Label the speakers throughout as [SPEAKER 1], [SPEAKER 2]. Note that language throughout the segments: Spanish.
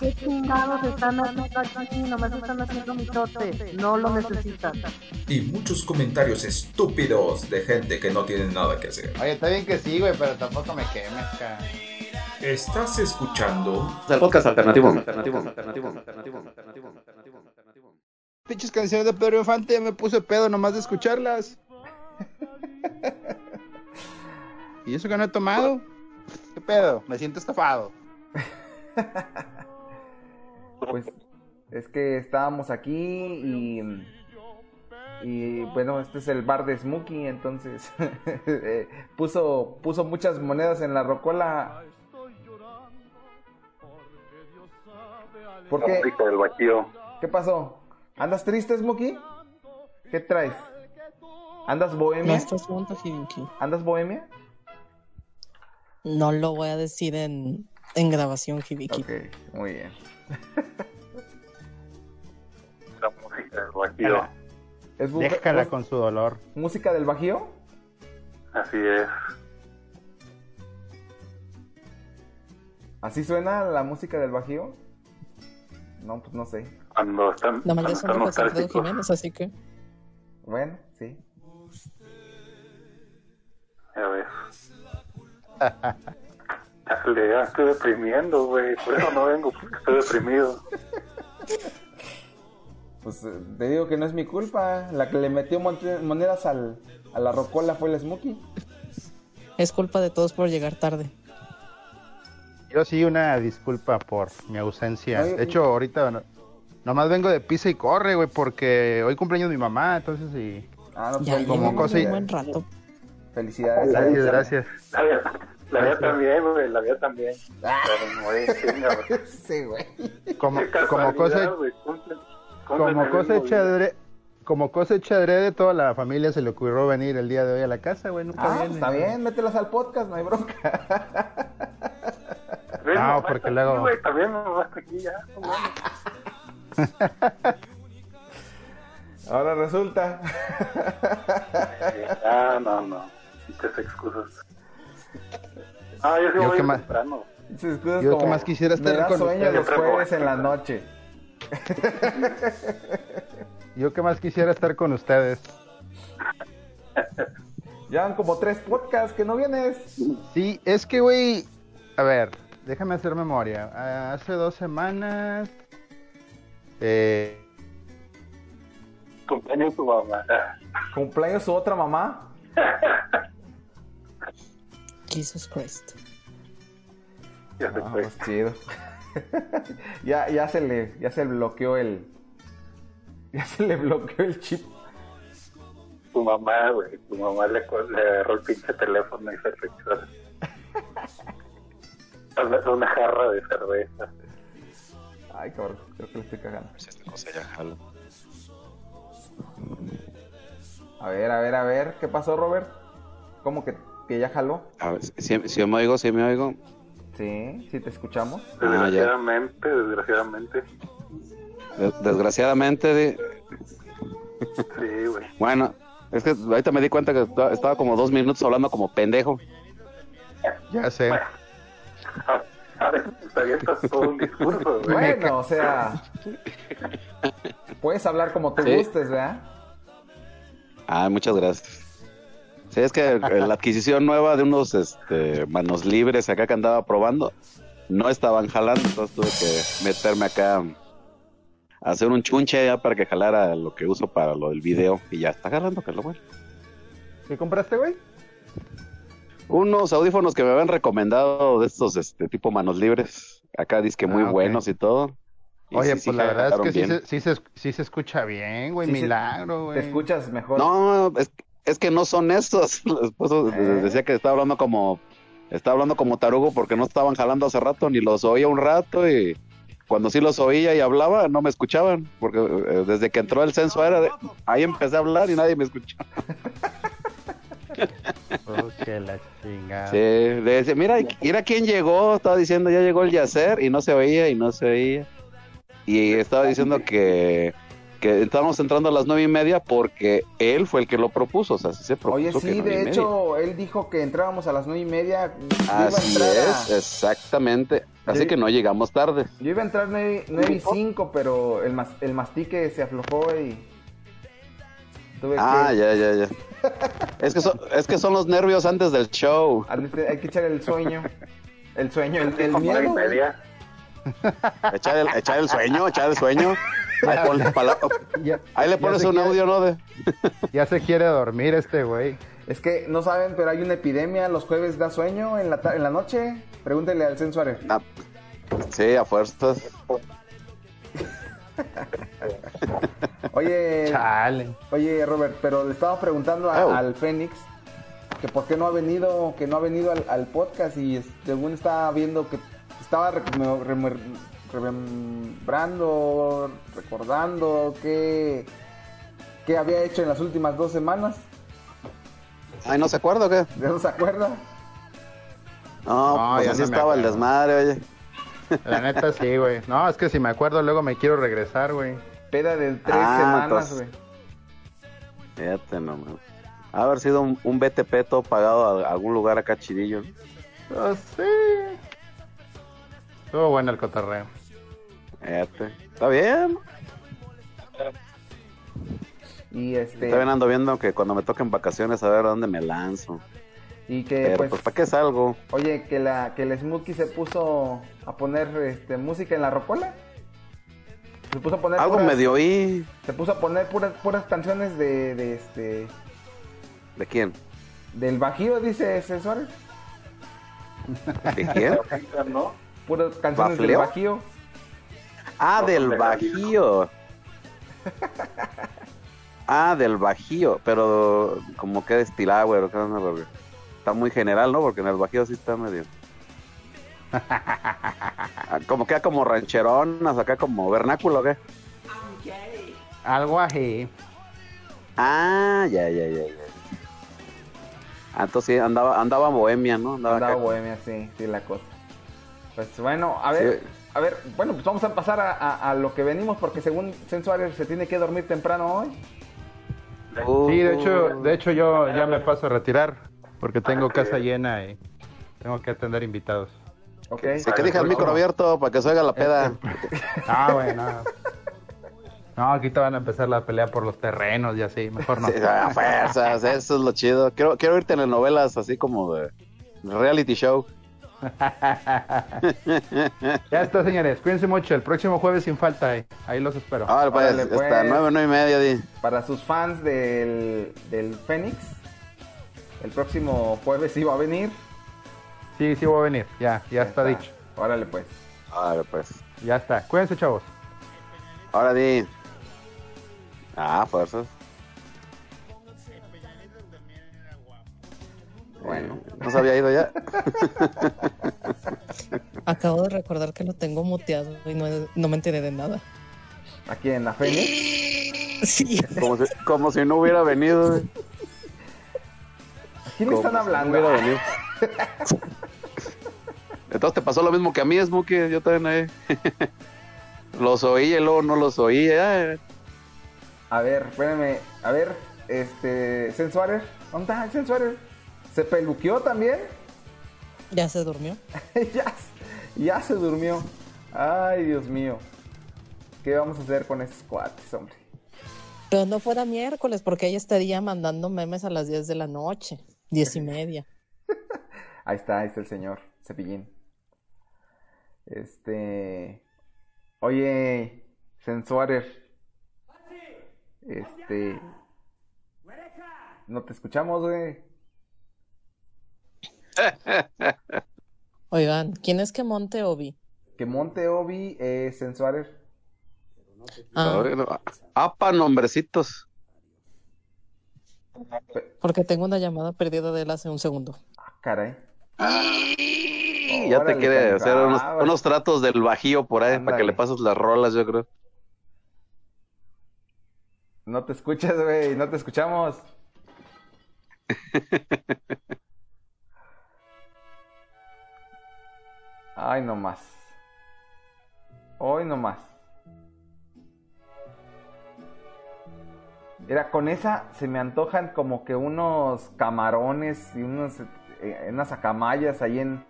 [SPEAKER 1] ¿Qué chingados están haciendo aquí? Nomás están haciendo mitote. No lo necesitan.
[SPEAKER 2] y muchos comentarios estúpidos de gente que no tiene nada que hacer.
[SPEAKER 3] Oye, está bien que sí, güey, pero tampoco me quemes, cara.
[SPEAKER 2] Estás escuchando
[SPEAKER 4] Podcast alternativo. alternativo, alternativo, alternativo, alternativo, alternativo, alternativo.
[SPEAKER 5] Pinches canciones de Pedro Infante, ya me puse pedo nomás de escucharlas. y eso que no he tomado.
[SPEAKER 3] ¿Qué pedo? Me siento estafado.
[SPEAKER 6] pues es que estábamos aquí y y bueno este es el bar de Smokey entonces eh, puso puso muchas monedas en la rocola ¿Por qué? ¿Qué pasó? ¿Andas triste, Smokey? ¿Qué traes? ¿Andas bohemia? ¿Andas bohemia?
[SPEAKER 7] No lo voy a decir en, en grabación, Hibiki.
[SPEAKER 6] Ok, muy bien.
[SPEAKER 3] Déjala,
[SPEAKER 6] ¿Es bu-
[SPEAKER 3] déjala
[SPEAKER 6] bu-
[SPEAKER 3] con su dolor.
[SPEAKER 6] música del Bajío?
[SPEAKER 8] Así es.
[SPEAKER 6] ¿Así suena la música del Bajío? No, pues no sé.
[SPEAKER 8] Cuando están,
[SPEAKER 7] Nomás yo soy José Alfredo Jiménez, así que
[SPEAKER 6] Bueno, sí.
[SPEAKER 8] Ya ves. Chale, ya estoy deprimiendo, güey. Por eso no vengo, porque estoy deprimido.
[SPEAKER 6] Pues eh, te digo que no es mi culpa. La que le metió monte- monedas al, a la rocola fue el Smokey.
[SPEAKER 7] es culpa de todos por llegar tarde.
[SPEAKER 3] Yo sí, una disculpa por mi ausencia.
[SPEAKER 6] Ay,
[SPEAKER 3] De hecho, ahorita no- nomás vengo de pisa y corre, güey, porque hoy cumpleaños de mi mamá, entonces sí.
[SPEAKER 6] Ah, no,
[SPEAKER 7] Ya
[SPEAKER 6] pues
[SPEAKER 3] como
[SPEAKER 7] llevamos
[SPEAKER 6] como
[SPEAKER 3] cosa y-
[SPEAKER 7] un buen rato.
[SPEAKER 6] Felicidades.
[SPEAKER 3] Gracias,
[SPEAKER 6] Alexa.
[SPEAKER 3] gracias.
[SPEAKER 8] La vida, la vida también, güey. La vida también. Pero me morí, chinga, güey.
[SPEAKER 6] Sí, güey.
[SPEAKER 3] Como,
[SPEAKER 8] Qué
[SPEAKER 3] como
[SPEAKER 8] casualidad,
[SPEAKER 3] cosa,
[SPEAKER 8] güey, cumple- cumple
[SPEAKER 3] como
[SPEAKER 8] el
[SPEAKER 3] cosa
[SPEAKER 8] mismo
[SPEAKER 3] hecha
[SPEAKER 8] día.
[SPEAKER 3] adrede, como cosa hecha adrede, toda la familia se le ocurrió venir el día de hoy a la casa, güey. Nunca
[SPEAKER 6] Ah, pues
[SPEAKER 3] vienen.
[SPEAKER 6] está bien, mételas al podcast, no hay bronca.
[SPEAKER 8] Güey,
[SPEAKER 3] No,
[SPEAKER 8] mamá
[SPEAKER 3] porque
[SPEAKER 8] está
[SPEAKER 3] luego-
[SPEAKER 8] aquí, güey, también me vas aquí ya. no mames.
[SPEAKER 6] Ahora resulta.
[SPEAKER 8] Ah, no, no. Muchas excusas. Ah, yo sí
[SPEAKER 3] Yo
[SPEAKER 8] voy
[SPEAKER 3] qué más-
[SPEAKER 8] temprano.
[SPEAKER 6] Se excusas
[SPEAKER 3] Yo
[SPEAKER 6] como,
[SPEAKER 3] que más quisiera estar
[SPEAKER 6] me da
[SPEAKER 3] con
[SPEAKER 6] sueño
[SPEAKER 3] ustedes.
[SPEAKER 6] los
[SPEAKER 8] Siempre
[SPEAKER 6] jueves en la noche.
[SPEAKER 3] Yo que más quisiera estar con ustedes.
[SPEAKER 6] Llevan como tres podcasts que no vienes.
[SPEAKER 3] Sí, es que, güey, a ver, déjame hacer memoria. Ah, Hace dos semanas... Eh,
[SPEAKER 8] Cumpleaños de tu mamá.
[SPEAKER 6] Cumpleaños su otra mamá.
[SPEAKER 7] Jesus Christ.
[SPEAKER 8] Ya se
[SPEAKER 6] Ah,
[SPEAKER 8] fue.
[SPEAKER 6] pues chido. ya, ya se le, ya se bloqueó el. Ya se le bloqueó el chip.
[SPEAKER 8] Tu mamá, güey. Tu mamá le, co- le agarró el pinche teléfono y se retiró. Una, una jarra de cerveza.
[SPEAKER 6] Ay, cabrón, creo que le estoy cagando. A ver, a ver, a ver, ¿qué pasó, Robert? ¿Cómo que, que ya jaló?
[SPEAKER 4] A ver, si, si me oigo, si me oigo.
[SPEAKER 6] Sí, sí te escuchamos.
[SPEAKER 4] ya.
[SPEAKER 8] Desgraciadamente, desgraciadamente.
[SPEAKER 4] De- Desgraciadamente, di-
[SPEAKER 8] Sí, güey.
[SPEAKER 4] bueno, es que ahorita me di cuenta que esta- estaba como dos minutos hablando como pendejo.
[SPEAKER 3] ya sé.
[SPEAKER 8] Ahora te avientas todo un discurso, güey.
[SPEAKER 6] Bueno, o sea. Puedes hablar como tú
[SPEAKER 4] Sí.
[SPEAKER 6] gustes, ¿verdad?
[SPEAKER 4] Ah, muchas gracias. Sí, es que eh, la adquisición nueva de unos este, manos libres acá que andaba probando no estaban jalando, entonces tuve que meterme acá a hacer un chunche ya para que jalara lo que uso para lo del video y ya está jalando, que es lo bueno.
[SPEAKER 3] ¿Qué compraste, güey?
[SPEAKER 4] Unos audífonos que me habían recomendado de estos este tipo manos libres, acá dice que muy
[SPEAKER 3] Ah, ok.
[SPEAKER 4] buenos y todo. Y
[SPEAKER 3] Oye,
[SPEAKER 4] sí, sí
[SPEAKER 3] pues la verdad es
[SPEAKER 4] jalaron
[SPEAKER 3] que sí
[SPEAKER 4] bien.
[SPEAKER 3] se, sí, se, es- sí se escucha bien, güey.
[SPEAKER 6] Sí se-
[SPEAKER 3] milagro, güey.
[SPEAKER 6] Te escuchas mejor.
[SPEAKER 4] No, es, es que no son esos. Después
[SPEAKER 6] Eh.
[SPEAKER 4] decía que estaba hablando como estaba hablando como tarugo porque no estaban jalando hace rato ni los oía un rato y cuando sí los oía y hablaba no me escuchaban porque eh, desde que entró el censo era de- ahí empecé a hablar y nadie me escuchaba.
[SPEAKER 5] Oh, que la chingada.
[SPEAKER 4] Sí, le decía, mira, mira quién llegó, estaba diciendo, ya llegó el Yacer y no se oía y no se oía. Y estaba diciendo que, que estábamos entrando a las nueve y media porque él fue el que lo propuso, o sea, sí se propuso.
[SPEAKER 6] Oye,
[SPEAKER 4] que
[SPEAKER 6] sí,
[SPEAKER 4] nueve y
[SPEAKER 6] de
[SPEAKER 4] media.
[SPEAKER 6] hecho, él dijo que entrábamos a las nueve y media. Yo iba a
[SPEAKER 4] Así
[SPEAKER 6] entrar a-
[SPEAKER 4] es, exactamente. Así
[SPEAKER 6] Sí.
[SPEAKER 4] que no llegamos tarde.
[SPEAKER 6] Yo iba a entrar nueve nueve y cinco, pero el, mas- el mastique se aflojó y. Tuve
[SPEAKER 4] Ah,
[SPEAKER 6] que.
[SPEAKER 4] ya, ya, ya. Es que, son, es que son los nervios antes del show.
[SPEAKER 6] Antes Hay que echar el sueño. El sueño, el, el
[SPEAKER 8] Una y
[SPEAKER 6] miedo. güey.
[SPEAKER 8] media.
[SPEAKER 4] Echar el, echar el sueño, echar el sueño. Ahí, ponle pala-
[SPEAKER 5] Ya,
[SPEAKER 4] ahí le
[SPEAKER 5] ya
[SPEAKER 4] pones
[SPEAKER 5] se
[SPEAKER 4] un
[SPEAKER 5] quiere-
[SPEAKER 4] audio, ¿no? De,
[SPEAKER 5] Ya se quiere dormir este güey.
[SPEAKER 6] Es que no saben, pero hay una epidemia. Los jueves da sueño en la, ta- en la noche. Pregúntele al Sensuare.
[SPEAKER 4] Ah, sí, a fuerzas.
[SPEAKER 6] Oye,
[SPEAKER 5] Chale.
[SPEAKER 6] oye, Robert, pero le estaba preguntando a-
[SPEAKER 4] Oh.
[SPEAKER 6] al Fénix que por qué no ha venido, que no ha venido al, al podcast y es- según estaba viendo que estaba re- me- remer- remembrando, recordando que, que había hecho en las últimas dos semanas.
[SPEAKER 4] Ay, ¿no se acuerda o qué?
[SPEAKER 6] ¿De eso se acuerda?
[SPEAKER 4] No,
[SPEAKER 5] No,
[SPEAKER 4] pues
[SPEAKER 5] ya
[SPEAKER 4] así
[SPEAKER 5] no me
[SPEAKER 4] estaba el
[SPEAKER 5] acuerdo.
[SPEAKER 4] desmadre, oye.
[SPEAKER 5] La neta sí, güey. No, es que si me acuerdo luego me quiero regresar, güey.
[SPEAKER 6] Peda de tres
[SPEAKER 4] Ah,
[SPEAKER 6] semanas,
[SPEAKER 4] entonces-
[SPEAKER 6] güey.
[SPEAKER 4] Fíjate nomás. Haber sido un, un BTP todo pagado a, a algún lugar acá chidillo. ¿no?
[SPEAKER 5] Oh, sí. Estuvo bueno el cotorreo.
[SPEAKER 4] Fíjate. Está bien.
[SPEAKER 6] Y este
[SPEAKER 4] Está bien ando viendo que cuando me toquen vacaciones a ver a dónde me lanzo.
[SPEAKER 6] y que
[SPEAKER 4] Pero
[SPEAKER 6] pues,
[SPEAKER 4] pues, ¿para qué salgo?
[SPEAKER 6] oye, que la que el Smokey se puso a poner este música en la rocola. Se puso a poner
[SPEAKER 4] Algo
[SPEAKER 6] puras-
[SPEAKER 4] medio y
[SPEAKER 6] Se puso a poner puras, puras canciones de, de este
[SPEAKER 4] ¿De quién?
[SPEAKER 6] del bajío, dice ese Suárez.
[SPEAKER 4] ¿De quién?
[SPEAKER 8] ¿No?
[SPEAKER 6] Puras canciones
[SPEAKER 4] ¿Bafleo?
[SPEAKER 6] del bajío.
[SPEAKER 4] Ah, del Bajío. Ah, del Bajío, pero como que destilado, güey, o qué onda, porque está muy general, ¿no? Porque en el Bajío sí está medio. Ah, Como queda como rancheronas, acá como vernáculo, ¿qué?
[SPEAKER 5] Algo así.
[SPEAKER 4] Ah, ya, ya, ya, ya. Ah, entonces sí, andaba, andaba bohemia, ¿no? Andaba
[SPEAKER 6] Andaba
[SPEAKER 4] acá.
[SPEAKER 6] bohemia, sí, sí la cosa. Pues bueno, a ver,
[SPEAKER 4] Sí.
[SPEAKER 6] a ver, bueno, pues vamos a pasar a, a- a lo que venimos, porque según Sen Suárez se tiene que dormir temprano hoy.
[SPEAKER 4] Uh,
[SPEAKER 5] Sí, de hecho, de hecho yo ya me paso a retirar porque tengo casa llena y tengo que atender invitados.
[SPEAKER 6] Ok.
[SPEAKER 4] Sí, que deja el micro abierto para que se oiga la peda.
[SPEAKER 5] Ah, bueno. No, aquí te van a empezar la pelea por los terrenos y así, mejor no.
[SPEAKER 4] Sí, a fuerzas, eso es lo chido. Quiero, quiero ver telenovelas así como de reality show.
[SPEAKER 5] Ya está, señores. Cuídense mucho. El próximo jueves sin falta, eh. ahí los espero.
[SPEAKER 4] Ahora pues,
[SPEAKER 6] Órale, pues.
[SPEAKER 4] está nueve, nueve y media. di.
[SPEAKER 6] Para sus fans del, del Fénix, el próximo jueves sí va a venir.
[SPEAKER 5] Sí, sí voy a venir. Ya, ya está dicho.
[SPEAKER 6] Órale pues.
[SPEAKER 4] Ahora pues.
[SPEAKER 5] Ya está. Cuídense, chavos.
[SPEAKER 4] Ahora di. Ah, fuerzas.
[SPEAKER 6] Bueno.
[SPEAKER 4] Eh, ¿No se había ido ya?
[SPEAKER 7] Acabo de recordar que lo tengo muteado y no, no me enteré de nada.
[SPEAKER 6] Aquí en la Fénix.
[SPEAKER 7] Sí,
[SPEAKER 4] Como si, como si no hubiera venido. di.
[SPEAKER 6] ¿A quién le
[SPEAKER 4] Como
[SPEAKER 6] están
[SPEAKER 4] si no
[SPEAKER 6] hablando?
[SPEAKER 4] hubiera venido. Entonces te pasó lo mismo que a mí, Smokey. Yo también ahí. los oí y luego no los oí. eh.
[SPEAKER 6] A ver, espérame. A ver, este. Sen Suárez. ¿Dónde está el Sen Suárez? ¿Se peluqueó también?
[SPEAKER 7] ya se durmió.
[SPEAKER 6] ya, ya se durmió. Ay, Dios mío. ¿Qué vamos a hacer con estos cuates, hombre?
[SPEAKER 7] Pero no fuera miércoles, porque ella estaría mandando memes a las 10 de la noche, 10 y media.
[SPEAKER 6] Ahí está, ahí está el señor Cepillín. Este. Oye, Sensuarer. Este. No te escuchamos, güey.
[SPEAKER 7] Oigan, ¿quién es que monte Obi?
[SPEAKER 6] Que monte Obi eh, es Sensuarer.
[SPEAKER 7] Ah,
[SPEAKER 4] Apa, nombrecitos.
[SPEAKER 7] porque tengo una llamada perdida de él hace un segundo.
[SPEAKER 6] Ah, caray.
[SPEAKER 4] Ya te
[SPEAKER 6] Órale,
[SPEAKER 4] quiere
[SPEAKER 6] caray.
[SPEAKER 4] hacer unos,
[SPEAKER 6] Ah,
[SPEAKER 4] unos tratos del bajío por ahí para
[SPEAKER 6] Ándale.
[SPEAKER 4] que le pases las rolas, yo creo.
[SPEAKER 6] No te escuchas, güey. No te escuchamos. Ay, no más. Hoy no más. Mira, con esa se me antojan como que unos camarones y unos, eh, unas acamayas ahí en,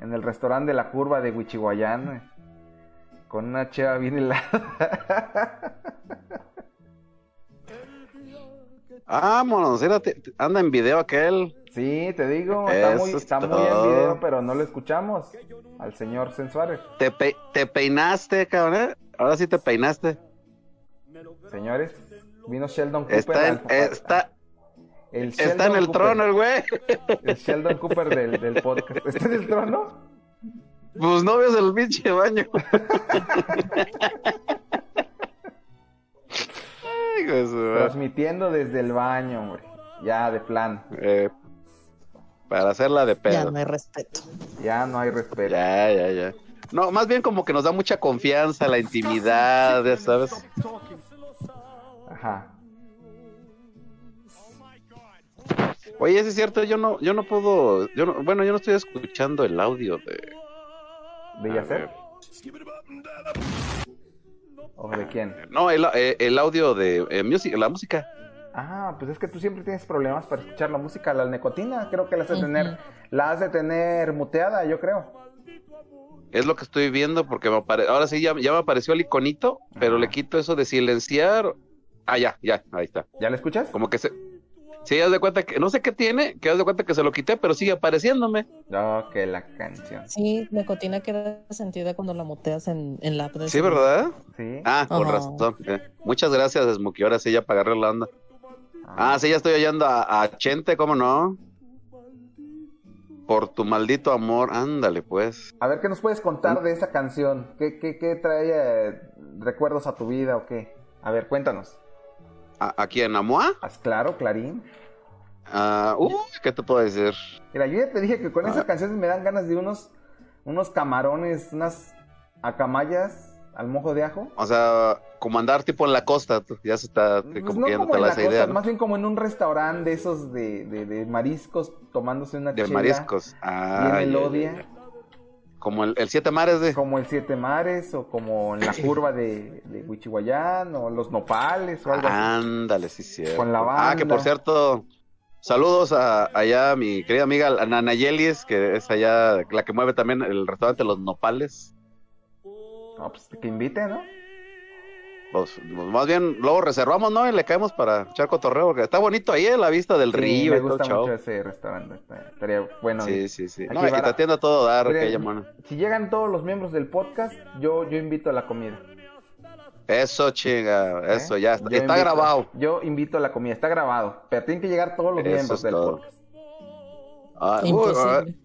[SPEAKER 6] en el restaurante de la curva de Huichihuayán. güey. Con una cheva bien helada.
[SPEAKER 4] Vámonos, era- te- te- anda en video aquel.
[SPEAKER 6] sí, te digo, está muy,
[SPEAKER 4] Eso es
[SPEAKER 6] está muy en
[SPEAKER 4] todo.
[SPEAKER 6] video, pero no lo escuchamos al señor Sensuárez.
[SPEAKER 4] Te, pe- te peinaste, cabrón. ¿eh? Ahora sí te peinaste.
[SPEAKER 6] Señores, vino Sheldon Cooper.
[SPEAKER 4] Está en,
[SPEAKER 6] al- al-
[SPEAKER 4] está,
[SPEAKER 6] el
[SPEAKER 4] está en
[SPEAKER 6] Sheldon
[SPEAKER 4] el
[SPEAKER 6] Cooper.
[SPEAKER 4] trono el güey.
[SPEAKER 6] El Sheldon Cooper del, del podcast. ¿Está en el trono?
[SPEAKER 4] Pues no ves el pinche baño. Ay, hijo de su madre.
[SPEAKER 6] Transmitiendo desde el baño, hombre. Ya, de plan.
[SPEAKER 4] Eh, para hacerla de
[SPEAKER 7] Ya
[SPEAKER 4] pedo.
[SPEAKER 7] no hay respeto.
[SPEAKER 6] Ya no hay respeto.
[SPEAKER 4] Ya, ya, ya. No, más bien como que nos da mucha confianza, la intimidad, ya sabes.
[SPEAKER 6] Ajá.
[SPEAKER 4] Oye, sí es cierto, yo no, yo no puedo, yo no- bueno, yo no estoy escuchando el audio de.
[SPEAKER 6] ¿De
[SPEAKER 4] a
[SPEAKER 6] Yacer?
[SPEAKER 4] ver.
[SPEAKER 6] ¿O de quién?
[SPEAKER 4] No, el, eh, el audio de eh, music- la música.
[SPEAKER 6] Ah, pues es que tú siempre tienes problemas para escuchar la música. La nicotina, creo que la has de
[SPEAKER 7] Ujú.
[SPEAKER 6] tener, la has de tener muteada, yo creo.
[SPEAKER 4] Es lo que estoy viendo porque me apare- ahora sí ya, ya me apareció el iconito, pero le quito eso de silenciar. Ah, ya, ya, ahí está.
[SPEAKER 6] ¿Ya la escuchas?
[SPEAKER 4] Como que se. Sí, haz de cuenta que, no sé qué tiene, que haz de cuenta que se lo quité, pero sigue apareciéndome.
[SPEAKER 6] No, que la canción.
[SPEAKER 7] Sí, nicotina queda sentida cuando la muteas en, en la app de
[SPEAKER 4] Sí,
[SPEAKER 7] Sony.
[SPEAKER 4] ¿verdad?
[SPEAKER 6] Sí.
[SPEAKER 4] Ah, con
[SPEAKER 7] Pues Ajá.
[SPEAKER 4] razón. eh. Muchas gracias, Smokey. Ahora sí ya para agarrar la onda. Ah, sí, ya estoy hallando a, a Chente, ¿cómo no? Por tu maldito amor, ándale pues.
[SPEAKER 6] A ver, ¿qué nos puedes contar de esa canción? ¿Qué, qué, qué trae eh, recuerdos a tu vida o qué? A ver, cuéntanos.
[SPEAKER 4] ¿A, a quién? ¿A Moa?
[SPEAKER 6] Haz claro, Clarín.
[SPEAKER 4] Ah, uy, ¿qué te puedo decir?
[SPEAKER 6] Mira, yo ya te dije que con
[SPEAKER 4] Ah.
[SPEAKER 6] esas canciones me dan ganas de unos, unos camarones, unas acamayas al mojo de ajo.
[SPEAKER 4] O sea, como andar tipo en la costa, tú, ya se está te
[SPEAKER 6] Pues no
[SPEAKER 4] cumpliendo
[SPEAKER 6] como en la
[SPEAKER 4] esa
[SPEAKER 6] costa,
[SPEAKER 4] idea, ¿no?
[SPEAKER 6] más bien como en un restaurante de esos de, de- de mariscos tomándose una
[SPEAKER 4] De
[SPEAKER 6] chela
[SPEAKER 4] mariscos. Ah,
[SPEAKER 6] bien
[SPEAKER 4] ya, ya,
[SPEAKER 6] elodia,
[SPEAKER 4] ya. Como el, el Siete Mares ¿eh? de...
[SPEAKER 6] como el Siete Mares o como en la curva de, de Huichihuayán o los nopales o algo
[SPEAKER 4] Ah,
[SPEAKER 6] así.
[SPEAKER 4] Ándale, sí, cierto.
[SPEAKER 6] Con la
[SPEAKER 4] Ah, que por
[SPEAKER 6] banda.
[SPEAKER 4] cierto, saludos a allá a mi querida amiga a Nana Yelis, que es allá la que mueve también el restaurante Los Nopales.
[SPEAKER 6] No, pues que invite, ¿no?
[SPEAKER 4] Pues, pues, más bien, luego reservamos, ¿no? Y le caemos para echar cotorreo, porque está bonito ahí eh, la vista del
[SPEAKER 6] Sí,
[SPEAKER 4] río
[SPEAKER 6] me
[SPEAKER 4] y todo
[SPEAKER 6] gusta
[SPEAKER 4] el show.
[SPEAKER 6] mucho ese restaurante. está- Estaría bueno.
[SPEAKER 4] Sí, sí, sí.
[SPEAKER 6] Aquí
[SPEAKER 4] No, y
[SPEAKER 6] va
[SPEAKER 4] te
[SPEAKER 6] la-
[SPEAKER 4] atiende a todo dar,
[SPEAKER 6] Mira,
[SPEAKER 4] aquella mano.
[SPEAKER 6] Si llegan todos los miembros del podcast, yo, yo invito a la comida.
[SPEAKER 4] Eso, chinga,
[SPEAKER 6] ¿eh?
[SPEAKER 4] eso, ya está,
[SPEAKER 6] Yo
[SPEAKER 4] está
[SPEAKER 6] invito-
[SPEAKER 4] grabado.
[SPEAKER 6] Yo invito a la comida, está grabado. Pero tienen que llegar todos los
[SPEAKER 4] Eso
[SPEAKER 6] miembros
[SPEAKER 4] es
[SPEAKER 6] del
[SPEAKER 4] todo.
[SPEAKER 6] podcast.
[SPEAKER 4] Ah, uy,
[SPEAKER 7] Imposible.
[SPEAKER 4] uy,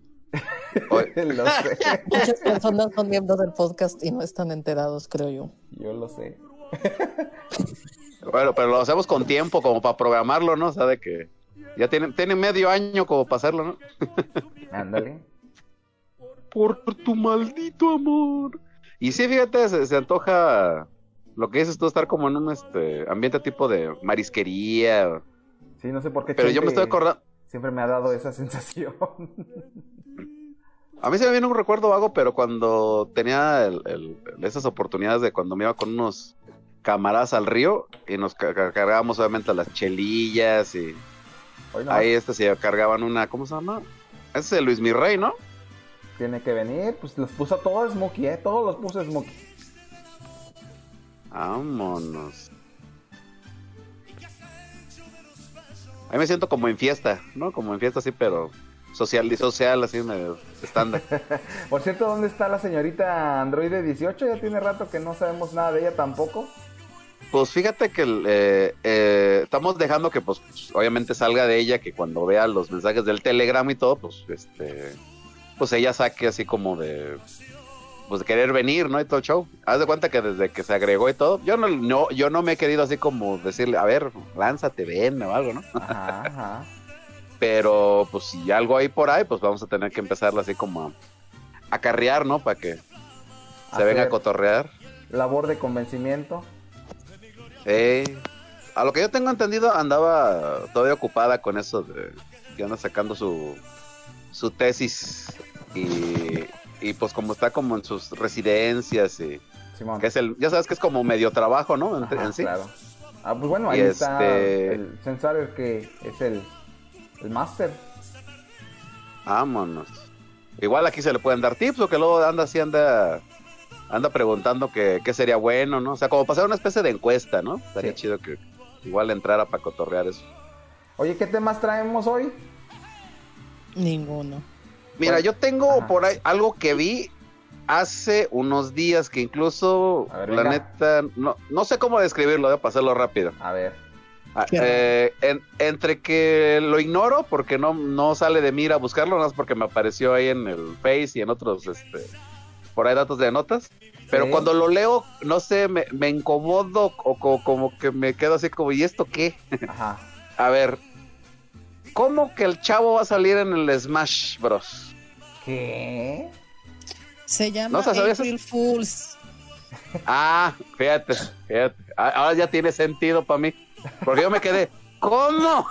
[SPEAKER 4] uy.
[SPEAKER 6] lo sé,
[SPEAKER 7] Muchas personas son miembros del podcast y no están enterados, creo yo.
[SPEAKER 6] yo lo sé.
[SPEAKER 4] ah, Bueno, pero lo hacemos con tiempo, como para programarlo, ¿no? O sea, de que ya tienen, tienen medio año como para hacerlo, ¿no?
[SPEAKER 6] Ándale.
[SPEAKER 4] por tu maldito amor. Y sí, fíjate, se, se antoja lo que dices tú, estar como en un este ambiente tipo de marisquería.
[SPEAKER 6] Sí, no sé por qué.
[SPEAKER 4] Pero yo me
[SPEAKER 6] siempre-
[SPEAKER 4] estoy acordando,
[SPEAKER 6] Siempre me ha dado esa sensación.
[SPEAKER 4] a mí se me viene un recuerdo vago, pero cuando tenía el- el- esas oportunidades de cuando me iba con unos camaradas al río y nos ca- ca- cargábamos obviamente las chelillas y
[SPEAKER 6] Hoy no
[SPEAKER 4] ahí este se cargaban una, ¿cómo se llama? Ese es Luis Mirrey, ¿no?
[SPEAKER 6] tiene que venir. Pues los puso a todos Smokey, ¿eh? Todos los puso Smokey.
[SPEAKER 4] Vámonos. A mí me siento como en fiesta, ¿no? Como en fiesta, sí, pero social y social, así, medio estándar.
[SPEAKER 6] Por cierto, ¿dónde está la señorita Androide 18? Ya tiene rato que no sabemos nada de ella tampoco.
[SPEAKER 4] Pues fíjate que el, eh, eh, estamos dejando que, pues, pues, obviamente salga de ella, que cuando vea los mensajes del Telegram y todo, pues, este, pues ella saque así como de, pues, de querer venir, ¿no? Y todo el show. Haz de cuenta que desde que se agregó y todo, yo no, no, yo no me he querido así como decirle, a ver, lánzate, ven o algo, ¿no?
[SPEAKER 6] Ajá, ajá.
[SPEAKER 4] Pero pues si algo hay por ahí, pues vamos a tener que empezarla así como a, a carrear, ¿no? Para que se
[SPEAKER 6] Hacer
[SPEAKER 4] venga a cotorrear.
[SPEAKER 6] Labor de convencimiento.
[SPEAKER 4] Eh, Sí. A lo que yo tengo entendido, andaba todavía ocupada con eso de, que anda sacando su, su tesis. Y, y pues como está como en sus residencias y
[SPEAKER 6] Simón.
[SPEAKER 4] que es el, ya sabes que es como medio trabajo, ¿no? En,
[SPEAKER 6] Ajá,
[SPEAKER 4] en sí.
[SPEAKER 6] Claro. Ah, pues bueno,
[SPEAKER 4] Y
[SPEAKER 6] ahí está
[SPEAKER 4] este-
[SPEAKER 6] el Sensarer que es el, el máster.
[SPEAKER 4] Vámonos. Igual aquí se le pueden dar tips, o que luego anda así, anda, anda preguntando que- qué sería bueno, ¿no? O sea, como pasar una especie de encuesta, ¿no? Estaría
[SPEAKER 6] Sí.
[SPEAKER 4] chido que igual entrara para cotorrear eso.
[SPEAKER 6] Oye, ¿qué temas traemos hoy?
[SPEAKER 7] Ninguno.
[SPEAKER 4] Mira, yo tengo
[SPEAKER 6] Ajá.
[SPEAKER 4] por ahí algo que vi hace unos días que incluso,
[SPEAKER 6] A ver,
[SPEAKER 4] la
[SPEAKER 6] venga.
[SPEAKER 4] neta, no, no sé cómo describirlo, voy a pasarlo rápido.
[SPEAKER 6] A ver.
[SPEAKER 4] Ah,
[SPEAKER 7] Qué raro.
[SPEAKER 4] eh, en- entre que lo ignoro porque no, no sale de mí ir a buscarlo, nada más porque me apareció ahí en el Face y en otros, este, por ahí datos de notas. Pero
[SPEAKER 6] Sí.
[SPEAKER 4] cuando lo leo, no sé, me, me incomodo o, co- como que me quedo así como, ¿y esto qué?
[SPEAKER 6] Ajá.
[SPEAKER 4] A ver, ¿cómo que el chavo va a salir en el Smash Bros?
[SPEAKER 6] ¿Qué?
[SPEAKER 7] Se llama
[SPEAKER 4] No, o sea, ¿sabías?
[SPEAKER 7] April Fools.
[SPEAKER 4] Ah, fíjate, fíjate. A- Ahora ya tiene sentido para mí. Porque yo me quedé, ¿cómo?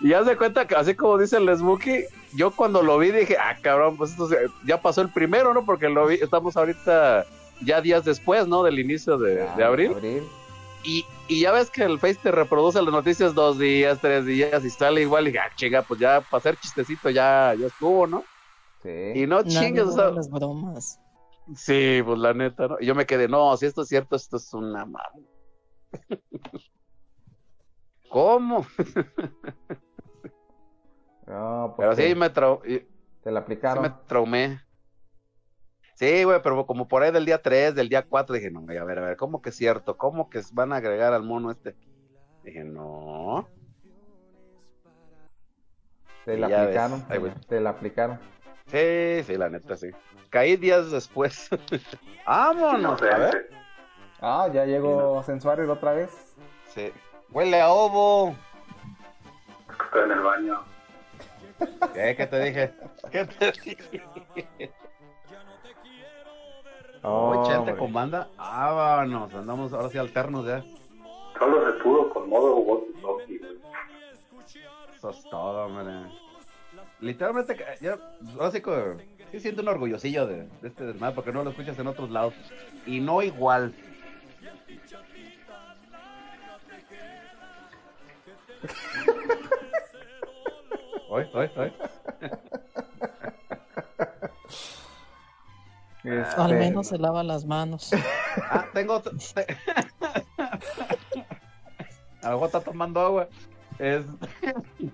[SPEAKER 4] y haz de cuenta que, así como dice el Smokey, yo cuando lo vi dije, ah, cabrón, pues esto se- ya pasó el primero, ¿no? Porque lo vi, estamos ahorita ya días después, ¿no? Del inicio de, de
[SPEAKER 6] Ah,
[SPEAKER 4] abril. Y, y ya ves que el Face te reproduce las noticias dos días, tres días y sale igual. Y dije, ah, chinga, pues ya para hacer chistecito ya, ya estuvo, ¿no? Y
[SPEAKER 6] Sí.
[SPEAKER 4] no
[SPEAKER 7] Nadie
[SPEAKER 4] chingues, o
[SPEAKER 7] borra
[SPEAKER 4] sea,
[SPEAKER 7] las bromas.
[SPEAKER 4] sí, pues la neta, ¿no? Y yo me quedé, no, si esto es cierto, esto es una madre. ¿Cómo?
[SPEAKER 6] No, pues
[SPEAKER 4] Pero
[SPEAKER 6] te,
[SPEAKER 4] sí me, trau- y- sí
[SPEAKER 6] te la
[SPEAKER 4] me
[SPEAKER 6] aplicaron.
[SPEAKER 4] traumé. Sí, güey, pero como por ahí del día 3, del día 4, dije, no, güey, a ver, a ver, ¿cómo que es cierto? ¿Cómo que van a agregar al mono este? Dije, no.
[SPEAKER 6] Te la
[SPEAKER 4] Ya ves.
[SPEAKER 6] aplicaron.
[SPEAKER 4] Ahí voy.
[SPEAKER 6] Te la aplicaron.
[SPEAKER 4] Sí, sí, la neta, sí. Caí días después. Vámonos, a ver.
[SPEAKER 8] Inocente.
[SPEAKER 6] Ah, ya llegó Sensuario otra vez.
[SPEAKER 4] Sí. Huele a ovo.
[SPEAKER 8] Está en el baño.
[SPEAKER 4] ¿Qué, ¿Qué te dije? ¿Qué te dije?
[SPEAKER 6] Oh,
[SPEAKER 4] 80
[SPEAKER 6] hombre.
[SPEAKER 4] comanda. Ah, Vámonos, andamos ahora sí alternos ya.
[SPEAKER 8] Solo se pudo con modo walkie-talkie, güey.
[SPEAKER 4] Eso es todo, hombre. Literalmente, ca- yo ahora sí que sí siento un orgullosillo de, de este desmadre porque no lo escuchas en otros lados. Y no igual. Oye, oye, oye.
[SPEAKER 6] Este,
[SPEAKER 7] Al menos se lava las manos.
[SPEAKER 4] Ah, tengo otro. te- A lo mejor está tomando agua. Es...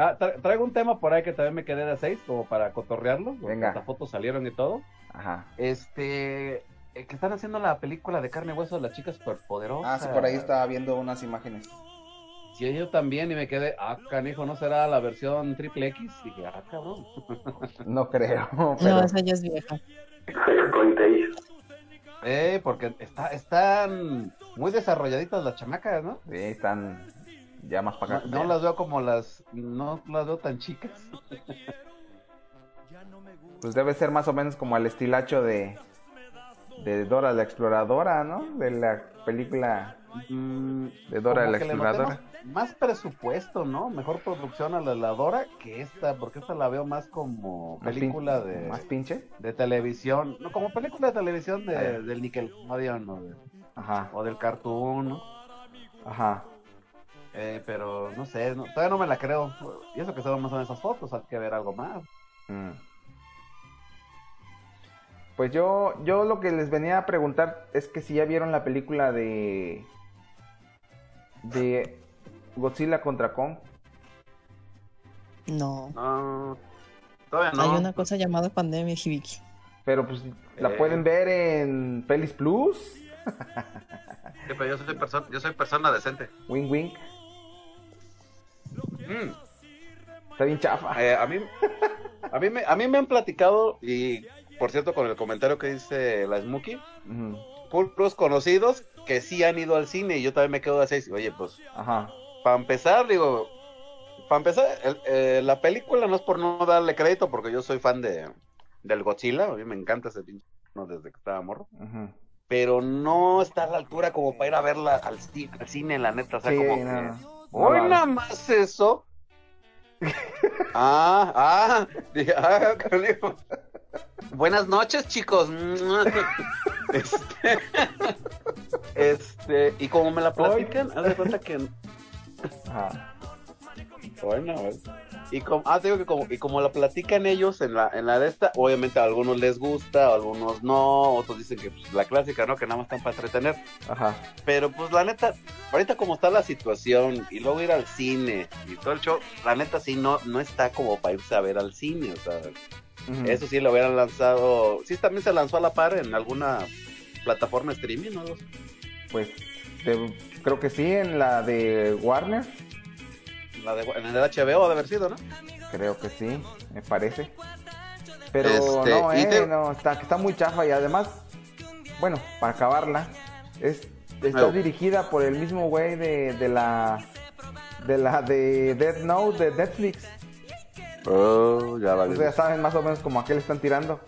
[SPEAKER 4] Ah, tra- traigo un tema por ahí que también me quedé de seis, como para cotorrearlo. porque
[SPEAKER 6] Venga.
[SPEAKER 4] Hasta fotos salieron y todo.
[SPEAKER 6] Ajá.
[SPEAKER 4] Este. eh, Que están haciendo la película de carne y hueso de las chicas superpoderosas.
[SPEAKER 6] Ah, sí, por ahí estaba viendo unas imágenes.
[SPEAKER 4] Sí, yo también, y me quedé. Ah, canijo, ¿no será la versión triple X? Dije, ah, cabrón.
[SPEAKER 6] No creo,
[SPEAKER 7] No,
[SPEAKER 6] pero
[SPEAKER 7] esa ya es vieja.
[SPEAKER 8] Sexcointation.
[SPEAKER 4] Eh, porque está, están muy desarrolladitas las chamacas, ¿no?
[SPEAKER 6] sí, están ya más
[SPEAKER 4] No,
[SPEAKER 6] para acá.
[SPEAKER 4] no las veo como las. No las veo tan chicas.
[SPEAKER 6] Pues debe ser más o menos como el estilacho de, de Dora la Exploradora, ¿no? De la película
[SPEAKER 4] Mm,
[SPEAKER 6] de Dora
[SPEAKER 4] como
[SPEAKER 6] la
[SPEAKER 4] que le
[SPEAKER 6] Exploradora.
[SPEAKER 4] noté Más, más presupuesto, ¿no? Mejor producción a la, la Dora que esta, porque esta la veo más como
[SPEAKER 6] Más pin-
[SPEAKER 4] película de,
[SPEAKER 6] Más pinche.
[SPEAKER 4] de televisión, no, como película de televisión de,
[SPEAKER 6] Ah, ya.
[SPEAKER 4] del Nickelodeon o, de-
[SPEAKER 6] Ajá,
[SPEAKER 4] o del Cartoon, ¿no?
[SPEAKER 6] ajá.
[SPEAKER 4] Eh, pero no sé, no- todavía no me la creo. Y eso que se ven más en esas fotos, hay que ver algo más.
[SPEAKER 6] Mm. Pues yo, yo lo que les venía a preguntar es que si ya vieron la película de. de Godzilla contra Kong.
[SPEAKER 7] No.
[SPEAKER 4] No, todavía
[SPEAKER 7] Hay una cosa llamada pandemia, Hibiki.
[SPEAKER 6] Pero pues la
[SPEAKER 4] Eh.
[SPEAKER 6] pueden ver en Pelis Plus.
[SPEAKER 4] yo, soy yo soy persona decente.
[SPEAKER 6] Wing Wing.
[SPEAKER 4] Mm.
[SPEAKER 6] Está bien chafa.
[SPEAKER 4] Eh, a mí, a mí, me, a mí me han platicado y por cierto con el comentario que dice la Smokey,
[SPEAKER 6] Mm,
[SPEAKER 4] puros conocidos que sí han ido al cine y yo también me quedo de seis. Oye, pues
[SPEAKER 6] Ajá.
[SPEAKER 4] para empezar digo, para empezar el- eh, la película no es por no darle crédito porque yo soy fan de del Godzilla, a mí me encanta ese pinche mono desde que estaba morro,
[SPEAKER 6] ujú.
[SPEAKER 4] pero no está a la altura como para ir a verla al, ci- al cine, la neta. O sea,
[SPEAKER 6] Sí,
[SPEAKER 4] como
[SPEAKER 6] no,
[SPEAKER 4] que-
[SPEAKER 6] no.
[SPEAKER 4] Hoy
[SPEAKER 6] No, no.
[SPEAKER 4] nada más eso. ah, ah, di- ah, canijo. Buenas noches, chicos. Este, este, y como me la platican, haz de cuenta que
[SPEAKER 6] Ajá.
[SPEAKER 4] bueno, pues. y como, ah, te digo que como, y como la platican ellos en la, en la de esta, obviamente a algunos les gusta, a algunos no, otros dicen que pues, la clásica, ¿no? Que nada más están para entretener.
[SPEAKER 6] Ajá.
[SPEAKER 4] Pero pues la neta, ahorita como está la situación y luego ir al cine y todo el show, la neta sí no, no está como para irse a ver al cine, o sea,
[SPEAKER 6] Ujú.
[SPEAKER 4] eso sí lo hubieran lanzado, sí también se lanzó a la par en alguna plataforma streaming, ¿no?
[SPEAKER 6] Pues de- creo que sí, en la de Warner.
[SPEAKER 4] La de- en el HBO ha de haber sido, ¿no?
[SPEAKER 6] Creo que sí, me parece. Pero
[SPEAKER 4] Este,
[SPEAKER 6] no,
[SPEAKER 4] y
[SPEAKER 6] eh,
[SPEAKER 4] te-
[SPEAKER 6] no, está, está muy chafa y además, bueno, para acabarla, es, está
[SPEAKER 4] Oh.
[SPEAKER 6] dirigida por el mismo güey de, de la de la de Death Note de Netflix.
[SPEAKER 4] Oh, ya
[SPEAKER 6] Ustedes ya saben más o menos como a qué le están tirando.